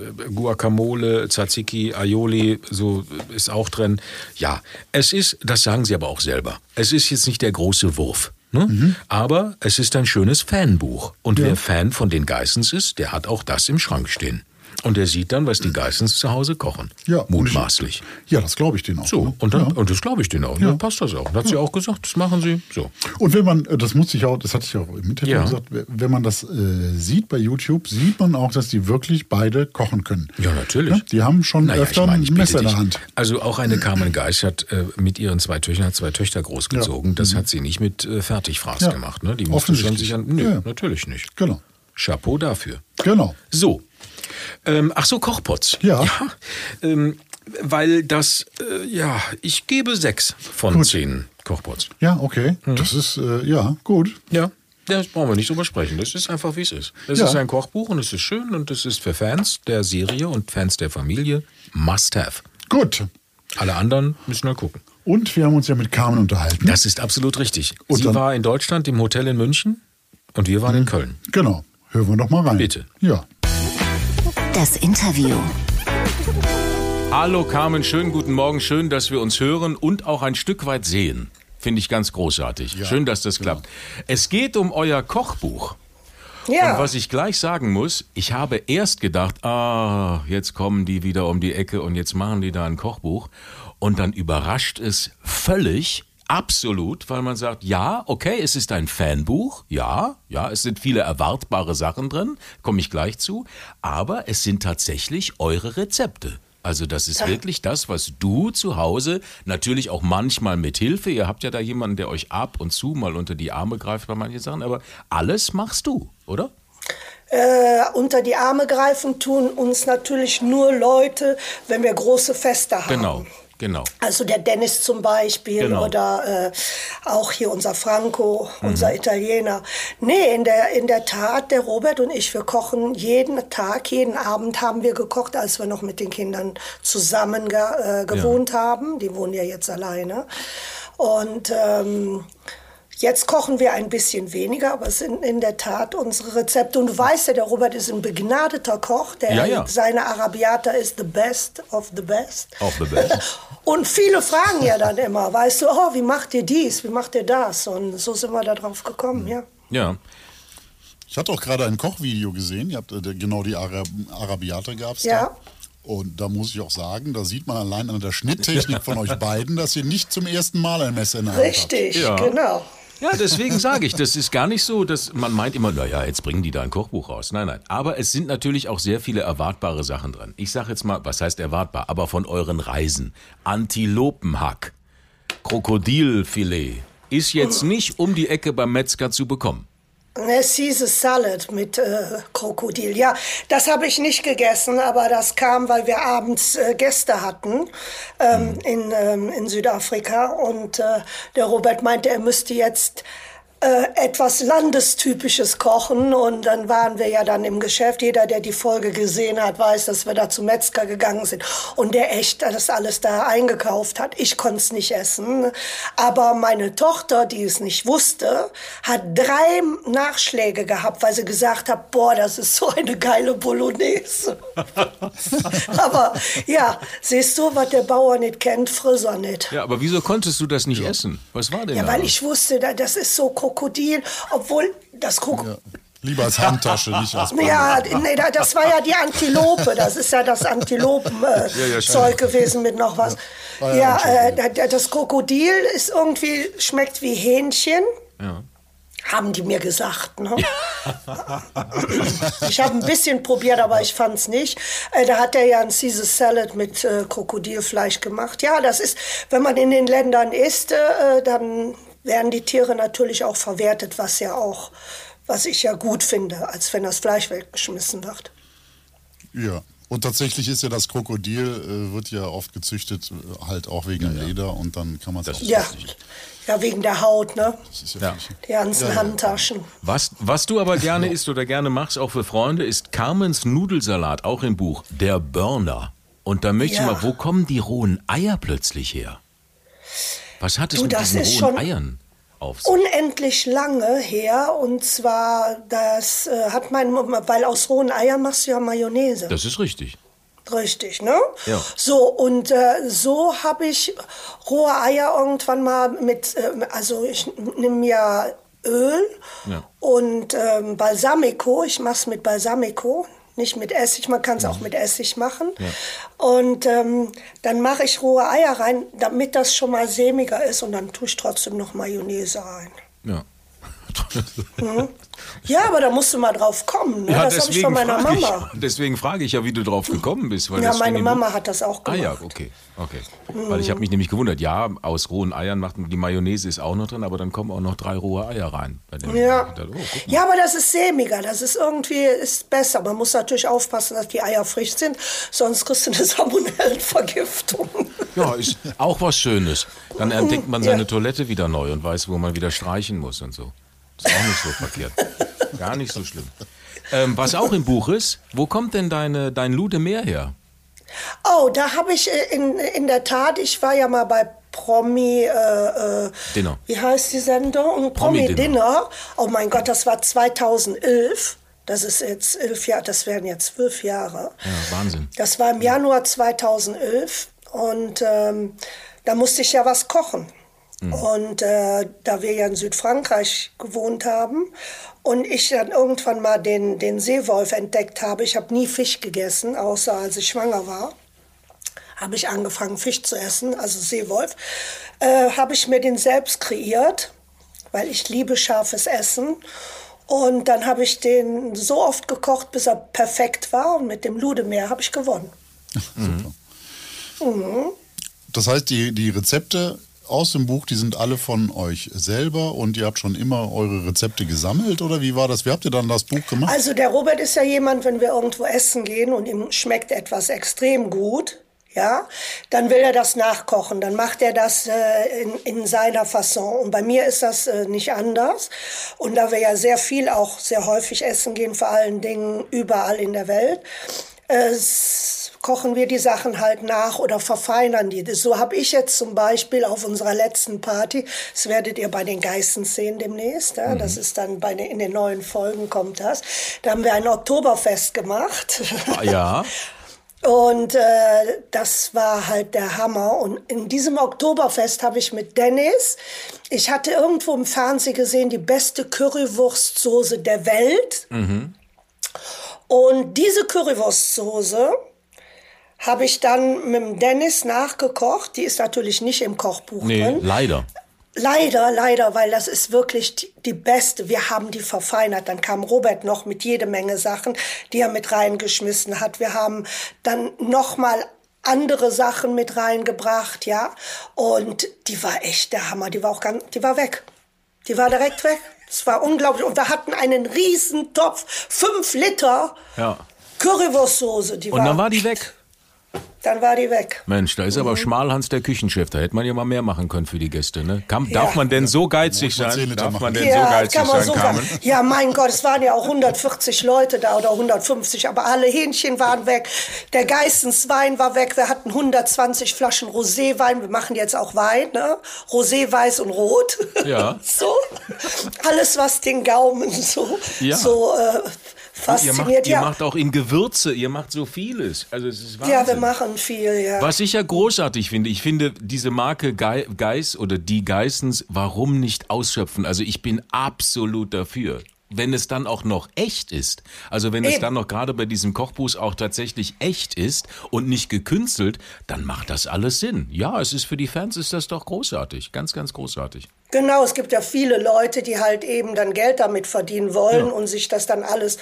S2: Guacamole, Tzatziki, Aioli, so äh, ist auch drin. Ja, es ist, das sagen sie aber auch selber, es ist jetzt nicht der große Wurf. Ne?
S3: Mhm.
S2: Aber es ist ein schönes Fanbuch. Und wer Fan von den Geissens ist, der hat auch das im Schrank stehen. Und der sieht dann, was die Geissens zu Hause kochen.
S3: Ja, und ich-
S2: Mutmaßlich.
S3: Ja, das glaube ich denen auch.
S2: So,
S3: ne?
S2: und, dann,
S3: ja.
S2: und das glaube ich denen auch. Dann passt das auch. Dann hat sie auch gesagt, das machen sie. So.
S3: Und wenn man, äh, das musste ich auch, das hatte ich auch im Interview
S2: Ja.
S3: gesagt, w- wenn man das äh, sieht bei YouTube, sieht man auch, dass die wirklich beide kochen können.
S2: Ja, natürlich.
S3: Ne? Die haben schon
S2: Naja,
S3: öfter
S2: ich meine,
S3: ein
S2: ich bitte
S3: Messer in
S2: dich.
S3: der Hand.
S2: Also auch eine Carmen Geisch hat äh, mit ihren zwei Töchtern, hat zwei Töchter großgezogen. Das hat sie nicht mit äh, Fertigfraß
S3: Mhm. Ja.
S2: gemacht. Ne? Die musste schon
S3: Offensichtlich.
S2: sich an. Nö,
S3: Ja, ja.
S2: natürlich nicht.
S3: Genau.
S2: Chapeau dafür.
S3: Genau.
S2: So. Ähm, ach so, Kochpots.
S3: Ja.
S2: ähm, weil das, äh, ja, ich gebe sechs von zehn Kochpots.
S3: Ja, okay.
S2: Mhm.
S3: Das ist, äh, ja, gut.
S2: Ja. Das brauchen wir nicht drüber sprechen. Das ist einfach, wie es ist. Es
S3: Ja.
S2: ist ein Kochbuch und es ist schön und es ist für Fans der Serie und Fans der Familie must have.
S3: Gut.
S2: Alle anderen müssen mal gucken.
S3: Und wir haben uns ja mit Carmen unterhalten.
S2: Das ist absolut richtig.
S3: Und
S2: Sie
S3: dann-
S2: war in Deutschland im Hotel in München und wir waren in Köln.
S3: genau. Hören wir doch mal rein.
S2: Bitte.
S3: Ja.
S1: Das Interview.
S4: Hallo Carmen, schönen guten Morgen, schön, dass wir uns hören und auch ein Stück weit sehen. Finde ich ganz großartig. schön, dass das klappt. Es geht um euer Kochbuch.
S5: Ja.
S4: Und was ich gleich sagen muss, ich habe erst gedacht, ah, jetzt kommen die wieder um die Ecke und jetzt machen die da ein Kochbuch. Und dann überrascht es völlig, absolut, weil man sagt, ja, okay, es ist ein Fanbuch, ja, ja, es sind viele erwartbare Sachen drin, komme ich gleich zu, aber es sind tatsächlich eure Rezepte. Also das ist wirklich das, was du zu Hause natürlich auch manchmal mit Hilfe, ihr habt ja da jemanden, der euch ab und zu mal unter die Arme greift bei manchen Sachen, aber alles machst du, oder?
S5: Äh, unter die Arme greifen tun uns natürlich nur Leute, wenn wir große Feste haben.
S4: Genau, genau.
S5: Also der Dennis zum Beispiel
S4: Genau.
S5: oder äh, auch hier unser Franco,
S4: Mhm.
S5: unser Italiener. Nee, in der, in der Tat, der Robert und ich, wir kochen jeden Tag, jeden Abend haben wir gekocht, als wir noch mit den Kindern zusammen ge, äh, gewohnt haben. Die wohnen ja jetzt alleine. Und ähm, Jetzt kochen wir ein bisschen weniger, aber es sind in der Tat unsere Rezepte. Und du weißt ja, der Robert ist ein begnadeter Koch. Der
S4: Ja, ja.
S5: Seine Arabiata ist the best of the best.
S4: Of the best.
S5: <laughs> Und viele fragen ja dann immer, weißt du, oh, wie macht ihr dies, wie macht ihr das? Und so sind wir da drauf gekommen, ja.
S4: Ja.
S3: Ich hatte auch gerade ein Kochvideo gesehen. Ihr habt äh, genau die Ara Arabiata gab es
S5: Ja.
S3: da. Und da muss ich auch sagen, da sieht man allein an der <laughs> Schnitttechnik von euch beiden, dass ihr nicht zum ersten Mal ein Messer in der Hand habt.
S5: Richtig,
S4: Ja.
S5: genau.
S4: Ja, deswegen sage ich, das ist gar nicht so, dass man meint immer, naja, jetzt bringen die da ein Kochbuch raus. Nein, nein. Aber es sind natürlich auch sehr viele erwartbare Sachen dran. Ich sage jetzt mal, was heißt erwartbar, aber von euren Reisen. Antilopenhack, Krokodilfilet ist jetzt nicht um die Ecke beim Metzger zu bekommen.
S5: Es hieß es Salad mit äh, Krokodil. Ja, das habe ich nicht gegessen, aber das kam, weil wir abends äh, Gäste hatten ähm, in, ähm, in Südafrika. Und äh, der Robert meinte, er müsste jetzt äh, etwas Landestypisches kochen. Und dann waren wir ja dann im Geschäft. Jeder, der die Folge gesehen hat, weiß, dass wir da zum Metzger gegangen sind. Und der echt das alles da eingekauft hat. Ich konnte es nicht essen. Aber meine Tochter, die es nicht wusste, hat drei Nachschläge gehabt, weil sie gesagt hat, boah, das ist so eine geile Bolognese. Aber ja, siehst du, was der Bauer nicht kennt, frisst er nicht.
S4: Ja, aber wieso konntest du das nicht essen? Was war denn
S5: Ja,
S4: da?
S5: weil ich wusste, da- das ist so Krokodil, obwohl das Krok
S3: Lieber als Handtasche, nicht als Bande.
S5: <laughs> Ja, nee, da- das war ja die Antilope. Das ist ja das Antilopenzeug äh, Zeug gewesen mit noch was. Ja, äh, da- da- das Krokodil ist irgendwie, schmeckt wie Hähnchen. Haben die mir gesagt. Ne? ich habe ein bisschen probiert, aber ich fand es nicht. Äh, da hat er ja ein Caesar Salad mit äh, Krokodilfleisch gemacht. Ja, das ist, wenn man in den Ländern isst, äh, dann werden die Tiere natürlich auch verwertet, was ja auch, was ich ja gut finde, als wenn das Fleisch weggeschmissen wird.
S3: Ja. Und tatsächlich ist ja das Krokodil, äh, wird ja oft gezüchtet, äh, halt auch wegen Leder und dann kann man es auch
S5: Ja.
S3: essen.
S5: ja, wegen der Haut, ne?
S3: Das ist ja,
S2: Ja.
S3: völlig-
S5: Die ganzen Handtaschen.
S2: Was, was du aber gerne isst oder gerne machst, auch für Freunde, ist Carmens Nudelsalat, auch im Buch, der Burner. Und da möchte ich
S5: Ja.
S2: mal, wo kommen die rohen Eier plötzlich her? Was hat es
S5: Du,
S2: mit
S5: das
S2: diesen
S5: ist
S2: rohen
S5: schon-
S2: Eiern auf sich?
S5: unendlich lange her und zwar das äh, hat mein weil aus rohen Eiern machst du ja Mayonnaise.
S2: Das ist richtig.
S5: Richtig, ne?
S2: Ja.
S5: So, und äh, so habe ich rohe Eier irgendwann mal mit, äh, also ich nehme ja Öl
S2: Ja.
S5: und ähm, Balsamico, ich mache es mit Balsamico, nicht mit Essig, man kann es auch mit Essig machen. Und ähm, dann mache ich rohe Eier rein, damit das schon mal sämiger ist und dann tue ich trotzdem noch Mayonnaise rein.
S2: Ja.
S5: Ja, aber da musst du mal drauf kommen. Ne?
S2: Ja,
S5: das habe ich von meiner
S2: frage
S5: Mama.
S2: Ich, deswegen frage ich ja, wie du drauf gekommen bist. Weil
S5: Ja,
S2: das in
S5: meine
S2: dem
S5: Mama
S2: Buch-
S5: hat das auch
S2: Ah
S5: gemacht.
S2: ja, okay. okay. Weil ich habe mich nämlich gewundert, ja, aus rohen Eiern macht die Mayonnaise ist auch noch drin, aber dann kommen auch noch drei rohe Eier rein. Bei dem
S5: Ja.
S2: Oh, guck mal.
S5: ja, aber das ist sämiger. Das ist irgendwie ist besser. Man muss natürlich aufpassen, dass die Eier frisch sind, sonst kriegst du eine <laughs> Salmonellenvergiftung.
S2: ja,
S3: <laughs>
S2: ist auch was Schönes. Dann entdeckt man
S5: Ja.
S2: seine Toilette wieder neu und weiß, wo man wieder streichen muss und so. Ist auch nicht so verkehrt. Gar nicht so schlimm. Ähm, was auch im Buch ist, wo kommt denn deine, dein Lude Meer her?
S5: Oh, da habe ich äh, in, in der Tat, ich war ja mal bei Promi, äh, äh,
S2: Dinner.
S5: wie heißt die Sendung? Und Promi,
S2: Promi-Dinner.
S5: Dinner. Oh mein Gott, das war 2011. Das ist jetzt elf Jahre, das wären jetzt zwölf Jahre.
S2: Ja, Wahnsinn.
S5: Das war im Januar 2011 und ähm, da musste ich ja was kochen. Und äh, da wir ja in Südfrankreich gewohnt haben und ich dann irgendwann mal den, den Seewolf entdeckt habe, ich habe nie Fisch gegessen, außer als ich schwanger war, habe ich angefangen Fisch zu essen, also Seewolf, äh, habe ich mir den selbst kreiert, weil ich liebe scharfes Essen. Und dann habe ich den so oft gekocht, bis er perfekt war. Und mit dem Ludemeer habe ich gewonnen.
S3: Das heißt, die, die Rezepte aus dem Buch, die sind alle von euch selber und ihr habt schon immer eure Rezepte gesammelt oder wie war das? Wie habt ihr dann das Buch gemacht?
S5: Also der Robert ist ja jemand, wenn wir irgendwo essen gehen und ihm schmeckt etwas extrem gut, ja, dann will er das nachkochen, dann macht er das äh, in, in seiner Fasson. Und bei mir ist das äh, nicht anders. Und da wir ja sehr viel, auch sehr häufig essen gehen, vor allen Dingen überall in der Welt, äh, s- kochen wir die Sachen halt nach oder verfeinern die. So habe ich jetzt zum Beispiel auf unserer letzten Party, das werdet ihr bei den Geißen sehen demnächst, ja, das ist dann bei den, in den neuen Folgen kommt das, da haben wir ein Oktoberfest gemacht.
S2: Ah, Ja,
S5: Und äh, das war halt der Hammer. Und in diesem Oktoberfest habe ich mit Dennis, ich hatte irgendwo im Fernsehen gesehen, die beste Currywurstsoße der Welt. Und diese Currywurstsoße habe ich dann mit dem Dennis nachgekocht. Die ist natürlich nicht im Kochbuch
S2: nee,
S5: drin.
S2: leider.
S5: Leider, leider, weil das ist wirklich die- die beste. Wir haben die verfeinert. Dann kam Robert noch mit jede Menge Sachen, die er mit reingeschmissen hat. Wir haben dann noch mal andere Sachen mit reingebracht, ja. Und die war echt der Hammer. Die war auch ganz, die war weg. Die war direkt weg. Es war unglaublich. Und wir hatten einen riesen Topf, fünf Liter
S2: Ja.
S5: Currywurstsoße. Die
S2: Und
S5: war,
S2: dann war die weg.
S5: dann war die weg.
S2: Mensch, da ist
S5: Mhm.
S2: aber Schmalhans der Küchenchef. Da hätte man ja mal mehr machen können für die Gäste. Ne? Kam,
S5: Ja.
S2: Darf man denn so geizig
S3: man
S2: sein?
S3: Zähne
S2: Darf
S3: machen.
S2: man denn so geizig sein, Carmen?
S5: sagen. Ja, mein Gott, es waren ja auch 140 Leute da oder 150, aber alle Hähnchen waren weg. Der Geistenswein war weg. Wir hatten 120 Flaschen Roséwein. Wir machen jetzt auch Wein, ne? Rosé, weiß und rot.
S2: Ja.
S5: <laughs> so. Alles, was den Gaumen so,
S2: Ja.
S5: so äh,
S2: Ihr
S5: fasziniert.
S2: macht, ihr
S5: ja.
S2: macht auch in Gewürze, ihr macht so vieles. Also es ist Wahnsinn.
S5: ja, wir machen viel, ja.
S2: Was ich ja großartig finde, ich finde diese Marke Ge Geiss oder die Geissens, warum nicht ausschöpfen? Also ich bin absolut dafür. wenn es dann auch noch echt ist, also wenn es dann noch gerade bei diesem Kochbuch auch tatsächlich echt ist und nicht gekünstelt, dann macht das alles Sinn. Ja, es ist für die Fans ist das doch großartig, ganz, ganz großartig.
S5: Genau, es gibt ja viele Leute, die halt eben dann Geld damit verdienen wollen und sich das dann alles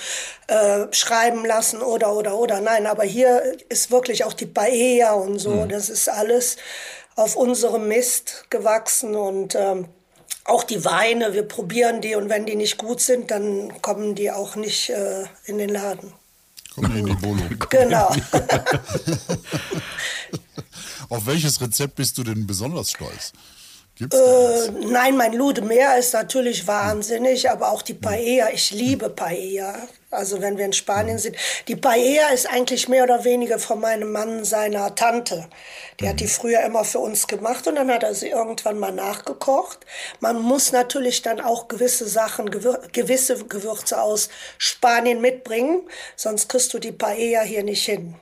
S5: äh, schreiben lassen oder oder oder. Nein, aber hier ist wirklich auch die Paella und so. Das ist alles auf unserem Mist gewachsen und ähm, auch die Weine. Wir probieren die und wenn die nicht gut sind, dann kommen die auch nicht äh, in den Laden. Also-
S3: Komm in die Bolo.
S5: Genau.
S3: Auf welches Rezept bist du denn besonders stolz? Gibt's
S5: Äh,
S3: da eins?
S5: Nein, mein Lude Meer ist natürlich wahnsinnig, aber auch die Paella. Ich liebe Paella. Also wenn wir in Spanien sind. Die Paella ist eigentlich mehr oder weniger von meinem Mann seiner Tante. Die hat die früher immer für uns gemacht und dann hat er sie irgendwann mal nachgekocht. Man muss natürlich dann auch gewisse Sachen, gewir gewisse Gewürze aus Spanien mitbringen, sonst kriegst du die Paella hier nicht hin.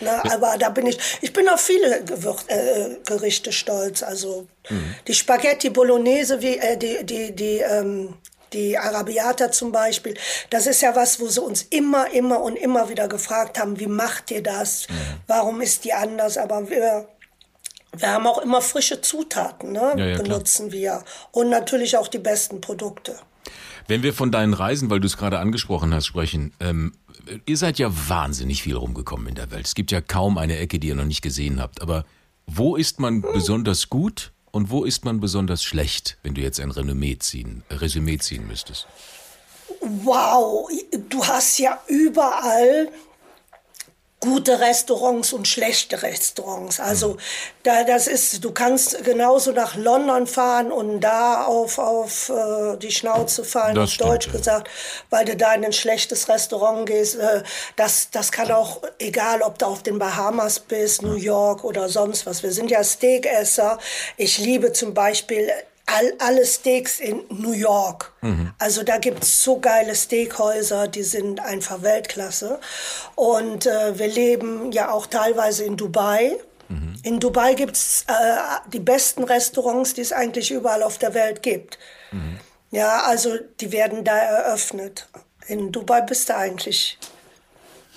S5: Na, aber da bin ich, ich bin auf viele Gewür äh, Gerichte stolz. Also
S2: Mhm.
S5: die Spaghetti Bolognese, wie, äh, die, die, die, ähm, die Arabiata zum Beispiel, das ist ja was, wo sie uns immer, immer und immer wieder gefragt haben, wie macht ihr
S2: Mhm.
S5: das? Warum ist die anders? Aber wir, wir haben auch immer frische Zutaten, ne?
S2: Ja, ja, klar.
S5: benutzen wir. Und natürlich auch die besten Produkte.
S2: Wenn wir von deinen Reisen, weil du es gerade angesprochen hast, sprechen, ähm, ihr seid ja wahnsinnig viel rumgekommen in der Welt. Es gibt ja kaum eine Ecke, die ihr noch nicht gesehen habt. Aber wo ist man besonders gut und wo ist man besonders schlecht, wenn du jetzt ein Renommee ziehen, äh, Resümee ziehen müsstest?
S5: Wow, du hast ja überall gute Restaurants und schlechte Restaurants.
S2: Mhm.
S5: Also da das ist, du kannst genauso nach London fahren und da auf auf äh, die Schnauze fallen,
S2: Das
S5: auf
S2: stimmt,
S5: Deutsch
S2: ja.
S5: gesagt, weil du da in ein schlechtes Restaurant gehst. Äh, das das kann auch egal, ob du auf den Bahamas bist, New York oder sonst was. Wir sind ja Steakesser. Ich liebe zum Beispiel all, alle Steaks in New York. Also da gibt es so geile Steakhäuser, die sind einfach Weltklasse. Und äh, wir leben ja auch teilweise in Dubai. In Dubai gibt es äh, die besten Restaurants, die es eigentlich überall auf der Welt gibt. Ja, also die werden da eröffnet. In Dubai bist du eigentlich.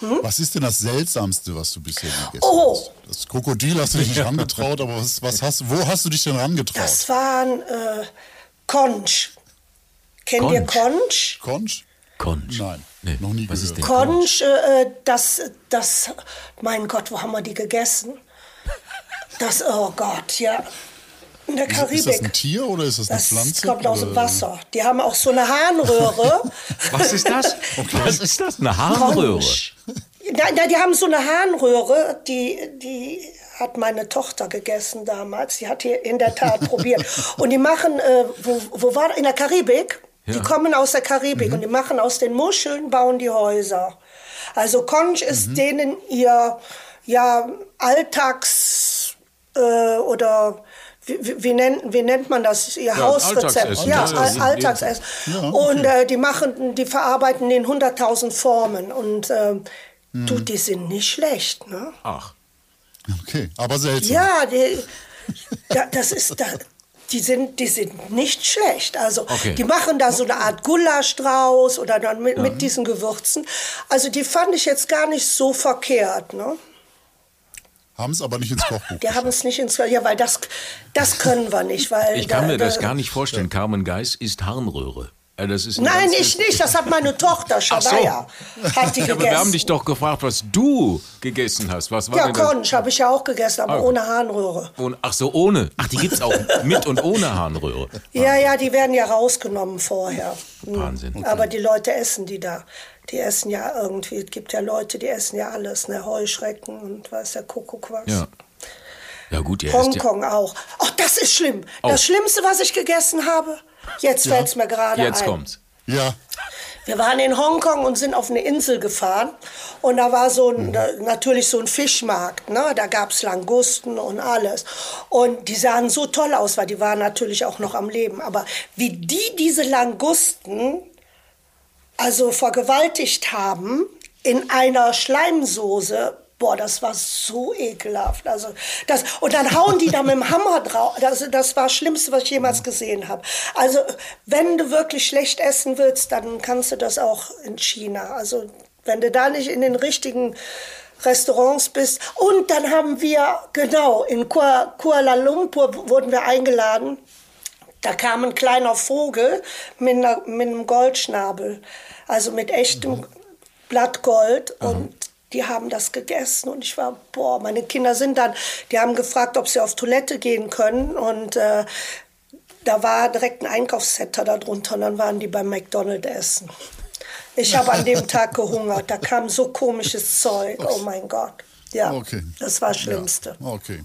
S3: Was ist denn das Seltsamste, was du bisher gegessen
S5: hm? Oh.
S3: hast? Das Krokodil hast du dich nicht rangetraut, aber was, was hast, wo hast du dich denn rangetraut?
S5: Das waren äh, Conch. Kennt ihr
S2: Conch?
S5: Conch?
S3: Conch?
S2: Konch.
S3: Nein,
S2: Nee,
S3: noch nie
S2: was ist
S3: gehört.
S2: denn?
S5: Conch, äh, das, das, mein Gott, wo haben wir die gegessen? Das, oh Gott, ja. In der
S3: Ist- Ist das ein
S5: Karibik.
S3: Tier oder ist das eine
S5: Das
S3: Pflanze?
S5: kommt aus dem
S3: oder-
S5: Wasser. Die haben auch so eine Harnröhre.
S3: <laughs>
S2: Was ist
S5: <laughs>
S2: das? Was ist das? Eine Harnröhre.
S5: Conch. Na, na, die haben so eine Harnröhre, die, die hat meine Tochter gegessen damals. Die hat hier in
S2: <laughs>
S5: der Tat probiert. Und die machen, äh, wo, wo war in der Karibik? Die kommen aus der Karibik
S2: Mhm.
S5: und die machen aus den Muscheln, bauen die Häuser. Also Conch ist
S2: Mhm.
S5: denen ihr ja, Alltags- äh, oder wie, wie, wie, nennt, wie nennt man das? Ihr Hausrezept.
S2: Alltagsessen.
S5: Ja,
S2: Ja, ja,
S5: All-
S2: sind
S5: Alltagsessen. Und äh, die machen, die verarbeiten in 100.000 Formen. Und ähm,
S2: Mhm.
S5: du, die sind nicht schlecht, ne?
S2: Ach.
S3: Okay, aber seltsam.
S5: Ja, die, da, das ist da. Die sind, die sind nicht schlecht. Also
S2: Okay.
S5: die machen da so eine Art Gulasch draus oder dann mit, mit diesen Gewürzen. Also die fand ich jetzt gar nicht so verkehrt. Ne?
S3: Haben es aber nicht ins Kochbuch.
S5: <laughs> Die haben es nicht ins Ja, weil das, das können wir nicht. Weil
S2: Ich kann
S5: da-
S2: mir das
S5: da-
S2: gar nicht vorstellen. Carmen Geiss isst Harnröhre. Äh, Das ist ein
S5: Nein,
S2: ganz-
S5: ich nicht. Das hat meine Tochter Shabaya. Hat die
S2: Ja,
S5: gegessen.
S2: aber wir haben dich doch gefragt, was du gegessen hast. Was war
S5: ja,
S2: denn das?
S5: Conch habe ich ja auch gegessen, aber
S2: Ah.
S5: ohne Harnröhre.
S2: Und, ach so, ohne. Ach, die gibt's auch mit und ohne Harnröhre.
S5: Ja, ja, die werden ja rausgenommen vorher. Hm.
S2: Wahnsinn. Okay.
S5: Aber die Leute essen die da. Die essen ja irgendwie, es gibt ja Leute, die essen ja alles, ne? Heuschrecken und weiß der Kuckuck was.
S2: Ja. Ja gut, ihr esst ja,
S5: Hongkong auch. Ach, das ist schlimm.
S2: Oh.
S5: Das Schlimmste, was ich gegessen habe, jetzt fällt's mir gerade
S2: jetzt
S5: ein.
S2: kommt's.
S3: Ja,
S5: Wir waren in Hongkong und sind auf eine Insel gefahren. Und da war so ein, da, natürlich so ein Fischmarkt. Ne? Da gab es Langusten und alles. Und die sahen so toll aus, weil die waren natürlich auch noch am Leben. Aber wie die diese Langusten also vergewaltigt haben in einer Schleimsoße Boah, das war so ekelhaft. Also das, und dann hauen die da mit dem Hammer drauf. Das, das war das Schlimmste, was ich jemals gesehen habe. Also, wenn du wirklich schlecht essen willst, dann kannst du das auch in China. Also, wenn du da nicht in den richtigen Restaurants bist. Und dann haben wir, genau, in Kuala, Kuala Lumpur wurden wir eingeladen. Da kam ein kleiner Vogel mit, einer, mit einem Goldschnabel, also mit echtem Blattgold. Und die haben das gegessen. Und ich war, boah, meine Kinder sind dann, die haben gefragt, ob sie auf Toilette gehen können. Und äh, da war direkt ein Einkaufscenter darunter. Und dann waren die beim McDonald's essen. Ich habe an dem Tag gehungert. Da kam so komisches Zeug. Oh mein Gott. Ja,
S3: Okay.
S5: das war das Schlimmste. Oh.
S3: Ja, okay.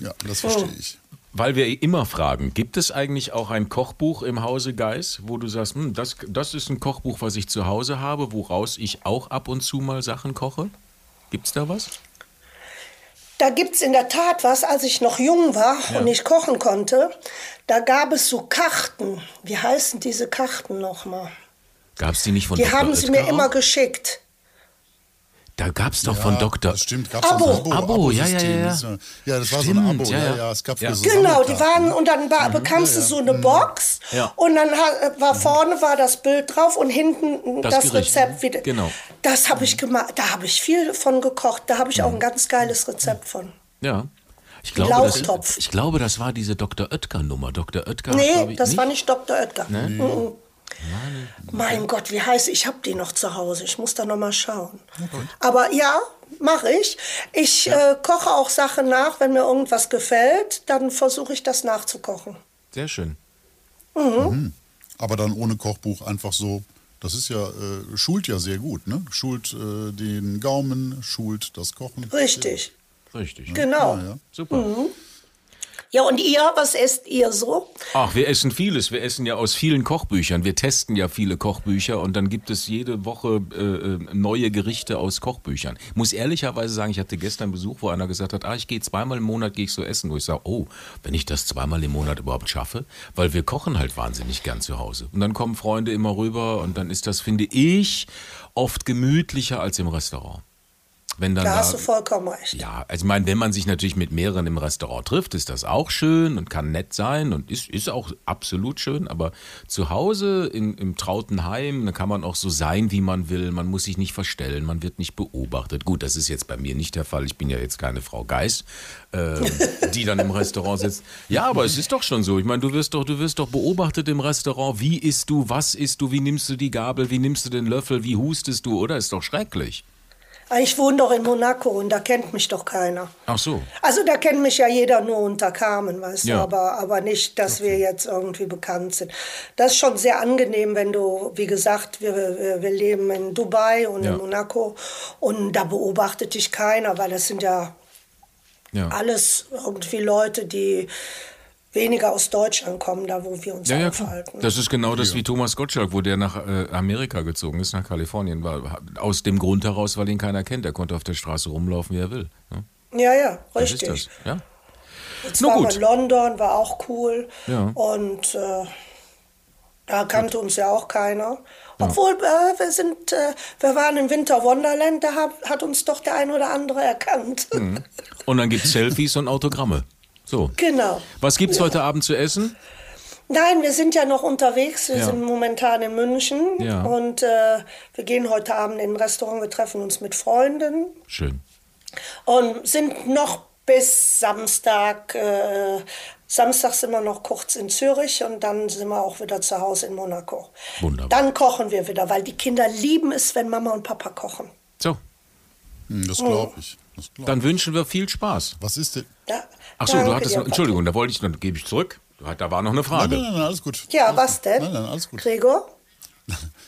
S3: Ja, das verstehe ich.
S2: Weil wir immer fragen, gibt es eigentlich auch ein Kochbuch im Hause Geis, wo du sagst, hm, das, das ist ein Kochbuch, was ich zu Hause habe, woraus ich auch ab und zu mal Sachen koche? Gibt's da was?
S5: Da gibt's in der Tat was, als ich noch jung war und ich kochen konnte, da gab es so Karten. Wie heißen diese Karten nochmal?
S2: Gab's die nicht von
S5: Die
S2: Dr.
S5: haben sie mir
S2: Oetker
S5: immer
S2: auch?
S5: geschickt.
S2: Da gab's doch von Dr.
S3: Das stimmt, gab's auch
S5: Abo.
S3: so ein
S2: Abo, ja, ja,
S3: Abosystem.
S2: ja.
S3: Das war- Ja, das war so ein
S2: Stimmt,
S3: Abo. Ja,
S2: ja,
S3: ja,
S2: ja.
S3: es gab
S2: Ja.
S3: so
S5: Genau, die
S3: Sammelkarten.
S5: waren und dann
S2: Mhm.
S5: war, bekamst du so eine Box
S2: Ja. Mhm.
S5: und dann ha- äh, war vorne war das Bild drauf und hinten
S2: Das
S5: das,
S2: Gericht,
S5: Rezept
S2: ne?
S5: wieder.
S2: Genau.
S5: Das habe ich gemacht, da habe ich viel von gekocht, da habe ich
S2: Mhm.
S5: auch ein ganz geiles Rezept von.
S2: Ja. Ich glaube, das,
S5: Laustopf.
S2: ich glaube, das war diese Dr. Oetker-Nummer. Dr. Oetker hat, glaub
S5: Nee,
S2: ich,
S5: das
S2: nicht.
S5: war nicht Dr. Oetker. Mhm. Mein Gott, wie heiß. Ich habe die noch zu Hause. Ich muss da noch mal schauen. Aber ja, mache ich. Ich äh, koche auch Sachen nach, wenn mir irgendwas gefällt, dann versuche ich das nachzukochen.
S2: Sehr schön.
S3: Aber dann ohne Kochbuch einfach so. Das ist ja, äh, schult ja sehr gut, ne? Schult äh, den Gaumen, schult das Kochen.
S5: Richtig,
S2: Richtig.
S5: genau.
S3: Ja, ja.
S2: Super.
S5: Ja, und ihr, was esst ihr so?
S2: Ach, wir essen vieles. Wir essen ja aus vielen Kochbüchern. Wir testen ja viele Kochbücher und dann gibt es jede Woche äh, äh, neue Gerichte aus Kochbüchern. Muss ehrlicherweise sagen, ich hatte gestern Besuch, wo einer gesagt hat, ah, ich gehe zweimal im Monat gehe ich so essen, wo ich sage, oh, wenn ich das zweimal im Monat überhaupt schaffe, weil wir kochen halt wahnsinnig gern zu Hause. Und dann kommen Freunde immer rüber und dann ist das, finde ich, oft gemütlicher als im Restaurant. Wenn dann
S5: Da
S2: da,
S5: hast du vollkommen recht.
S2: ja, also ich meine, wenn man sich natürlich mit mehreren im Restaurant trifft, ist das auch schön und kann nett sein und ist, ist auch absolut schön. Aber zu Hause in, im trauten Heim, da kann man auch so sein, wie man will. Man muss sich nicht verstellen, man wird nicht beobachtet. Gut, das ist jetzt bei mir nicht der Fall. Ich bin ja jetzt keine Frau Geist, ähm, die dann im Restaurant sitzt. Ja, aber es ist doch schon so. Ich meine, du wirst doch, du wirst doch beobachtet im Restaurant. Wie isst du? Was isst du? Wie nimmst du die Gabel? Wie nimmst du den Löffel? Wie hustest du? Oder ist doch schrecklich.
S5: Ah, Ich wohne doch in Monaco und da kennt mich doch keiner.
S2: Ach so.
S5: Also da kennt mich ja jeder nur unter Carmen, weißt
S2: Ja.
S5: du, aber, aber nicht, dass wir jetzt irgendwie bekannt sind. Das ist schon sehr angenehm, wenn du, wie gesagt, wir, wir, wir leben in Dubai und
S2: Ja.
S5: in Monaco und da beobachtet dich keiner, weil das sind ja
S2: Ja.
S5: alles irgendwie Leute, die weniger aus Deutschland kommen, da wo wir uns
S2: Ja, ja, klar.
S5: aufhalten.
S2: Das ist genau das wie Thomas Gottschalk, wo der nach äh, Amerika gezogen ist, nach Kalifornien, war aus dem Grund heraus, weil ihn keiner kennt. Er konnte auf der Straße rumlaufen, wie er will. Ne?
S5: ja, ja,
S2: Das ist
S5: richtig.
S2: das. Ja?
S5: Jetzt
S2: Nun
S5: waren
S2: gut.
S5: wir in London, war auch cool.
S2: Ja.
S5: Und äh, da kannte uns ja auch keiner. Obwohl, äh, wir sind, äh, wir waren im Winter Wonderland, da hab, hat uns doch der ein oder andere erkannt.
S2: Mhm. Und dann gibt es Selfies und Autogramme. So.
S5: <laughs> Genau.
S2: Was gibt's heute Abend zu essen?
S5: Nein, wir sind ja noch unterwegs. Wir
S2: Ja.
S5: sind momentan in München
S2: Ja.
S5: und äh, wir gehen heute Abend in ein Restaurant. Wir treffen uns mit Freunden
S2: Schön.
S5: und sind noch bis Samstag. Äh, Samstag sind wir noch kurz in Zürich und dann sind wir auch wieder zu Hause in Monaco.
S2: Wunderbar.
S5: Dann kochen wir wieder, weil die Kinder lieben es, wenn Mama und Papa kochen.
S2: So,
S3: Hm, Das
S5: Oh.
S3: glaube ich. Das glaub ich.
S2: dann wünschen wir viel Spaß.
S3: Was ist denn?
S5: Da,
S2: Ach so, du
S5: Danke
S2: hattest
S5: dir,
S2: noch, Entschuldigung, da wollte ich, dann gebe ich zurück. Du hat- Da war noch eine
S3: Nein,
S2: Frage.
S3: nein, nein, alles gut.
S5: Ja,
S3: alles
S5: was
S3: gut.
S5: denn?
S3: Nein, nein, alles gut.
S5: Gregor?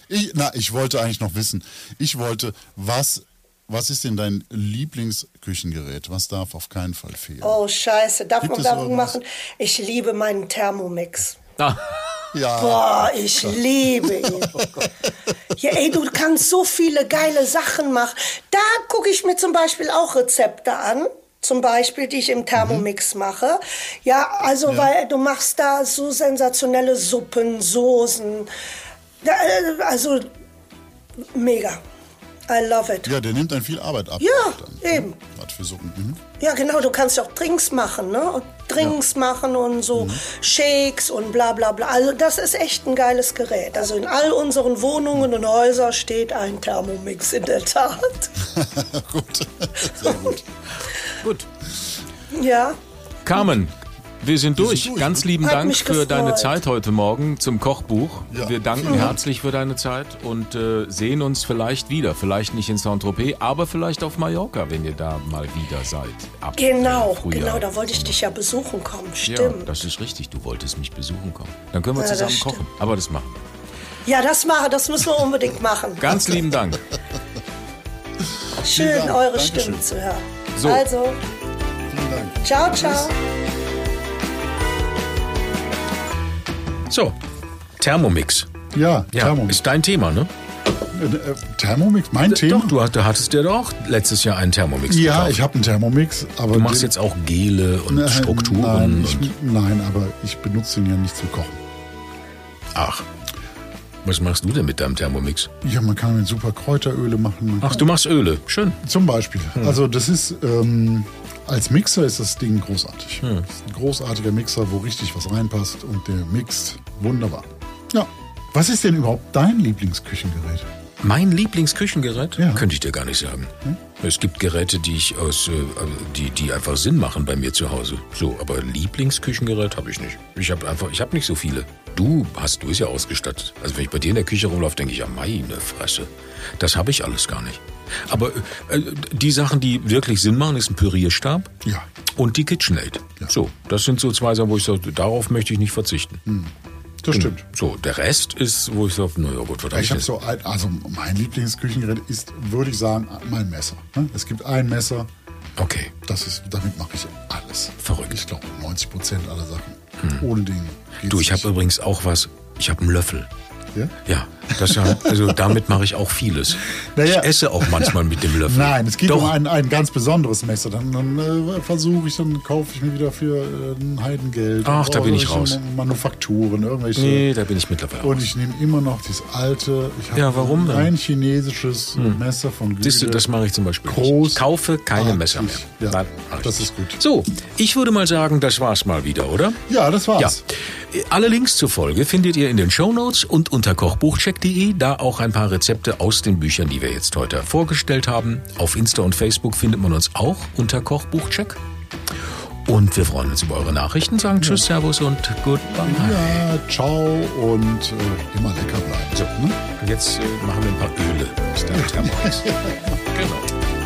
S3: Ich, na, ich wollte eigentlich noch wissen. Ich wollte, was, was ist denn dein Lieblingsküchengerät? Was darf auf keinen Fall fehlen?
S5: Oh, scheiße. Darf
S3: Gibt
S5: man
S3: es
S5: Werbung
S3: irgendwas?
S5: machen? Ich liebe meinen Thermomix.
S2: Ah.
S3: Ja.
S5: Boah, ich liebe ihn. Ja, ey, du kannst so viele geile Sachen machen. Da gucke ich mir zum Beispiel auch Rezepte an. Zum Beispiel, die ich im Thermomix mache. Ja, also, weil du machst da so sensationelle Suppen, Soßen. Da, äh, Also, mega. I love it.
S3: Ja, der nimmt dann viel Arbeit ab.
S5: Ja,
S3: dann,
S5: eben.
S3: Was für Suppen. Mhm.
S5: Ja, genau, du kannst auch Drinks machen, ne? Und Drinks machen und so
S4: Mhm.
S5: Shakes und bla bla bla. Also das ist echt ein geiles Gerät. Also in all unseren Wohnungen und Häusern steht ein Thermomix in der Tat. <laughs>
S3: gut. Sehr gut.
S4: Gut.
S5: Ja,
S4: Carmen, wir sind durch.
S3: durch,
S4: Ganz lieben
S5: Hat
S4: Dank
S5: mich
S4: für deine
S5: gefreut.
S4: Zeit heute Morgen zum Kochbuch.
S3: Ja.
S4: Wir danken herzlich für deine Zeit und äh, sehen uns vielleicht wieder. Vielleicht nicht in Saint-Tropez, aber vielleicht auf Mallorca, wenn ihr da mal wieder seid. Ab
S5: genau,
S4: Frühjahr.
S5: genau, da wollte ich dich ja besuchen kommen,
S4: Ja,
S5: stimmt.
S4: das ist richtig. Du wolltest mich besuchen kommen. Dann können wir
S5: Ja, das
S4: zusammen
S5: stimmt.
S4: kochen. Aber das machen wir.
S5: Ja, das mache, das müssen wir unbedingt machen.
S4: Ganz lieben Dank.
S5: Schön,
S3: Dank,
S5: eure
S3: Dankeschön.
S5: Stimmen zu hören.
S4: So.
S5: Also,
S3: Vielen Dank.
S5: ciao, ciao.
S2: So, Thermomix.
S3: Ja,
S2: Ja,
S3: Thermomix.
S2: ist dein Thema, ne?
S3: Äh, äh, Thermomix, mein Thema?
S2: Doch, du hat- du hattest ja doch letztes Jahr einen Thermomix
S3: ja,
S2: gekauft.
S3: ich habe einen Thermomix, aber.
S2: Du machst
S3: den-
S2: jetzt auch Gele und
S3: Nein,
S2: Strukturen
S3: Nein, ich,
S2: und
S3: nein, aber ich benutze ihn ja nicht zum Kochen.
S2: ach. Was machst du denn mit deinem Thermomix?
S3: Ja, man kann mit super Kräuteröle machen. Man
S2: Ach, du machst Öle. Schön.
S3: Zum Beispiel.
S2: Hm.
S3: Also das ist ähm, als Mixer ist das Ding großartig.
S2: Hm.
S3: Das ist ein großartiger Mixer, wo richtig was reinpasst und der mixt wunderbar. Ja. Was ist denn überhaupt dein Lieblingsküchengerät?
S2: Mein Lieblingsküchengerät?
S3: Ja.
S2: Könnte ich dir gar nicht sagen. Es gibt Geräte, die ich aus, äh, die, die einfach Sinn machen bei mir zu Hause. So, aber Lieblingsküchengerät habe ich nicht. Ich habe einfach, ich habe nicht so viele. Du hast, du bist ja ausgestattet. Also wenn ich bei dir in der Küche rumlaufe, denke ich, ja meine Fresse. Das habe ich alles gar nicht. Aber äh, die Sachen, die wirklich Sinn machen, ist ein Pürierstab.
S3: Ja.
S2: Und die KitchenAid. So, das sind so zwei Sachen, wo ich sage, darauf möchte ich nicht verzichten.
S3: Das stimmt.
S2: So, der Rest ist, wo ich sage, naja gut, was hab
S3: Hm. Ich habe
S2: denn?
S3: so ein, also mein Lieblingsküchengerät ist, würde ich sagen, mein Messer. ne? Es gibt ein Messer,
S2: Okay.
S3: das ist, damit mache ich alles.
S2: Verrückt. Hm.
S3: Ich glaube 90 Prozent aller Sachen. Ohne den. Geht's
S2: Du, ich habe
S3: nicht.
S2: übrigens auch was. Ich habe einen Löffel.
S3: Ja?
S2: Ja, das ja,
S3: <laughs>
S2: also damit mache ich auch vieles.
S3: Naja.
S2: Ich esse auch manchmal mit dem Löffel.
S3: Nein, es geht
S2: Doch.
S3: um ein, ein ganz besonderes Messer. Dann, dann äh, versuche ich, dann kaufe ich mir wieder für äh, ein Heidengeld.
S2: Ach, da bin ich
S3: Irgendwelche
S2: raus.
S3: Manufakturen, irgendwelche.
S2: Nee, da bin ich mittlerweile
S3: Und
S2: raus.
S3: ich nehme immer noch dieses alte. Ich habe
S2: Ja, warum denn?
S3: Ein chinesisches Messer von Güte.
S2: Siehst du, das mache ich zum Beispiel nicht.
S3: Groß-
S2: Ich kaufe keine
S3: Ah,
S2: Messer mehr.
S3: ich- ja,
S2: Nein, mach ich
S3: das
S2: nicht.
S3: ist gut.
S2: So, ich würde mal sagen, das war's mal wieder, oder?
S3: Ja, das
S2: Ja.
S3: war's.
S2: Alle Links zur Folge findet ihr in den Shownotes und unter kochbuchcheck.de, da auch ein paar Rezepte aus den Büchern, die wir jetzt heute vorgestellt haben. Auf Insta und Facebook findet man uns auch unter Kochbuchcheck. Und wir freuen uns über eure Nachrichten, sagen Tschüss, Servus und Goodbye.
S3: Ja. ciao und äh, immer lecker bleiben.
S2: So,
S3: ne?
S2: <laughs> Jetzt äh, machen wir ein paar Öle aus der Thermomix. genau.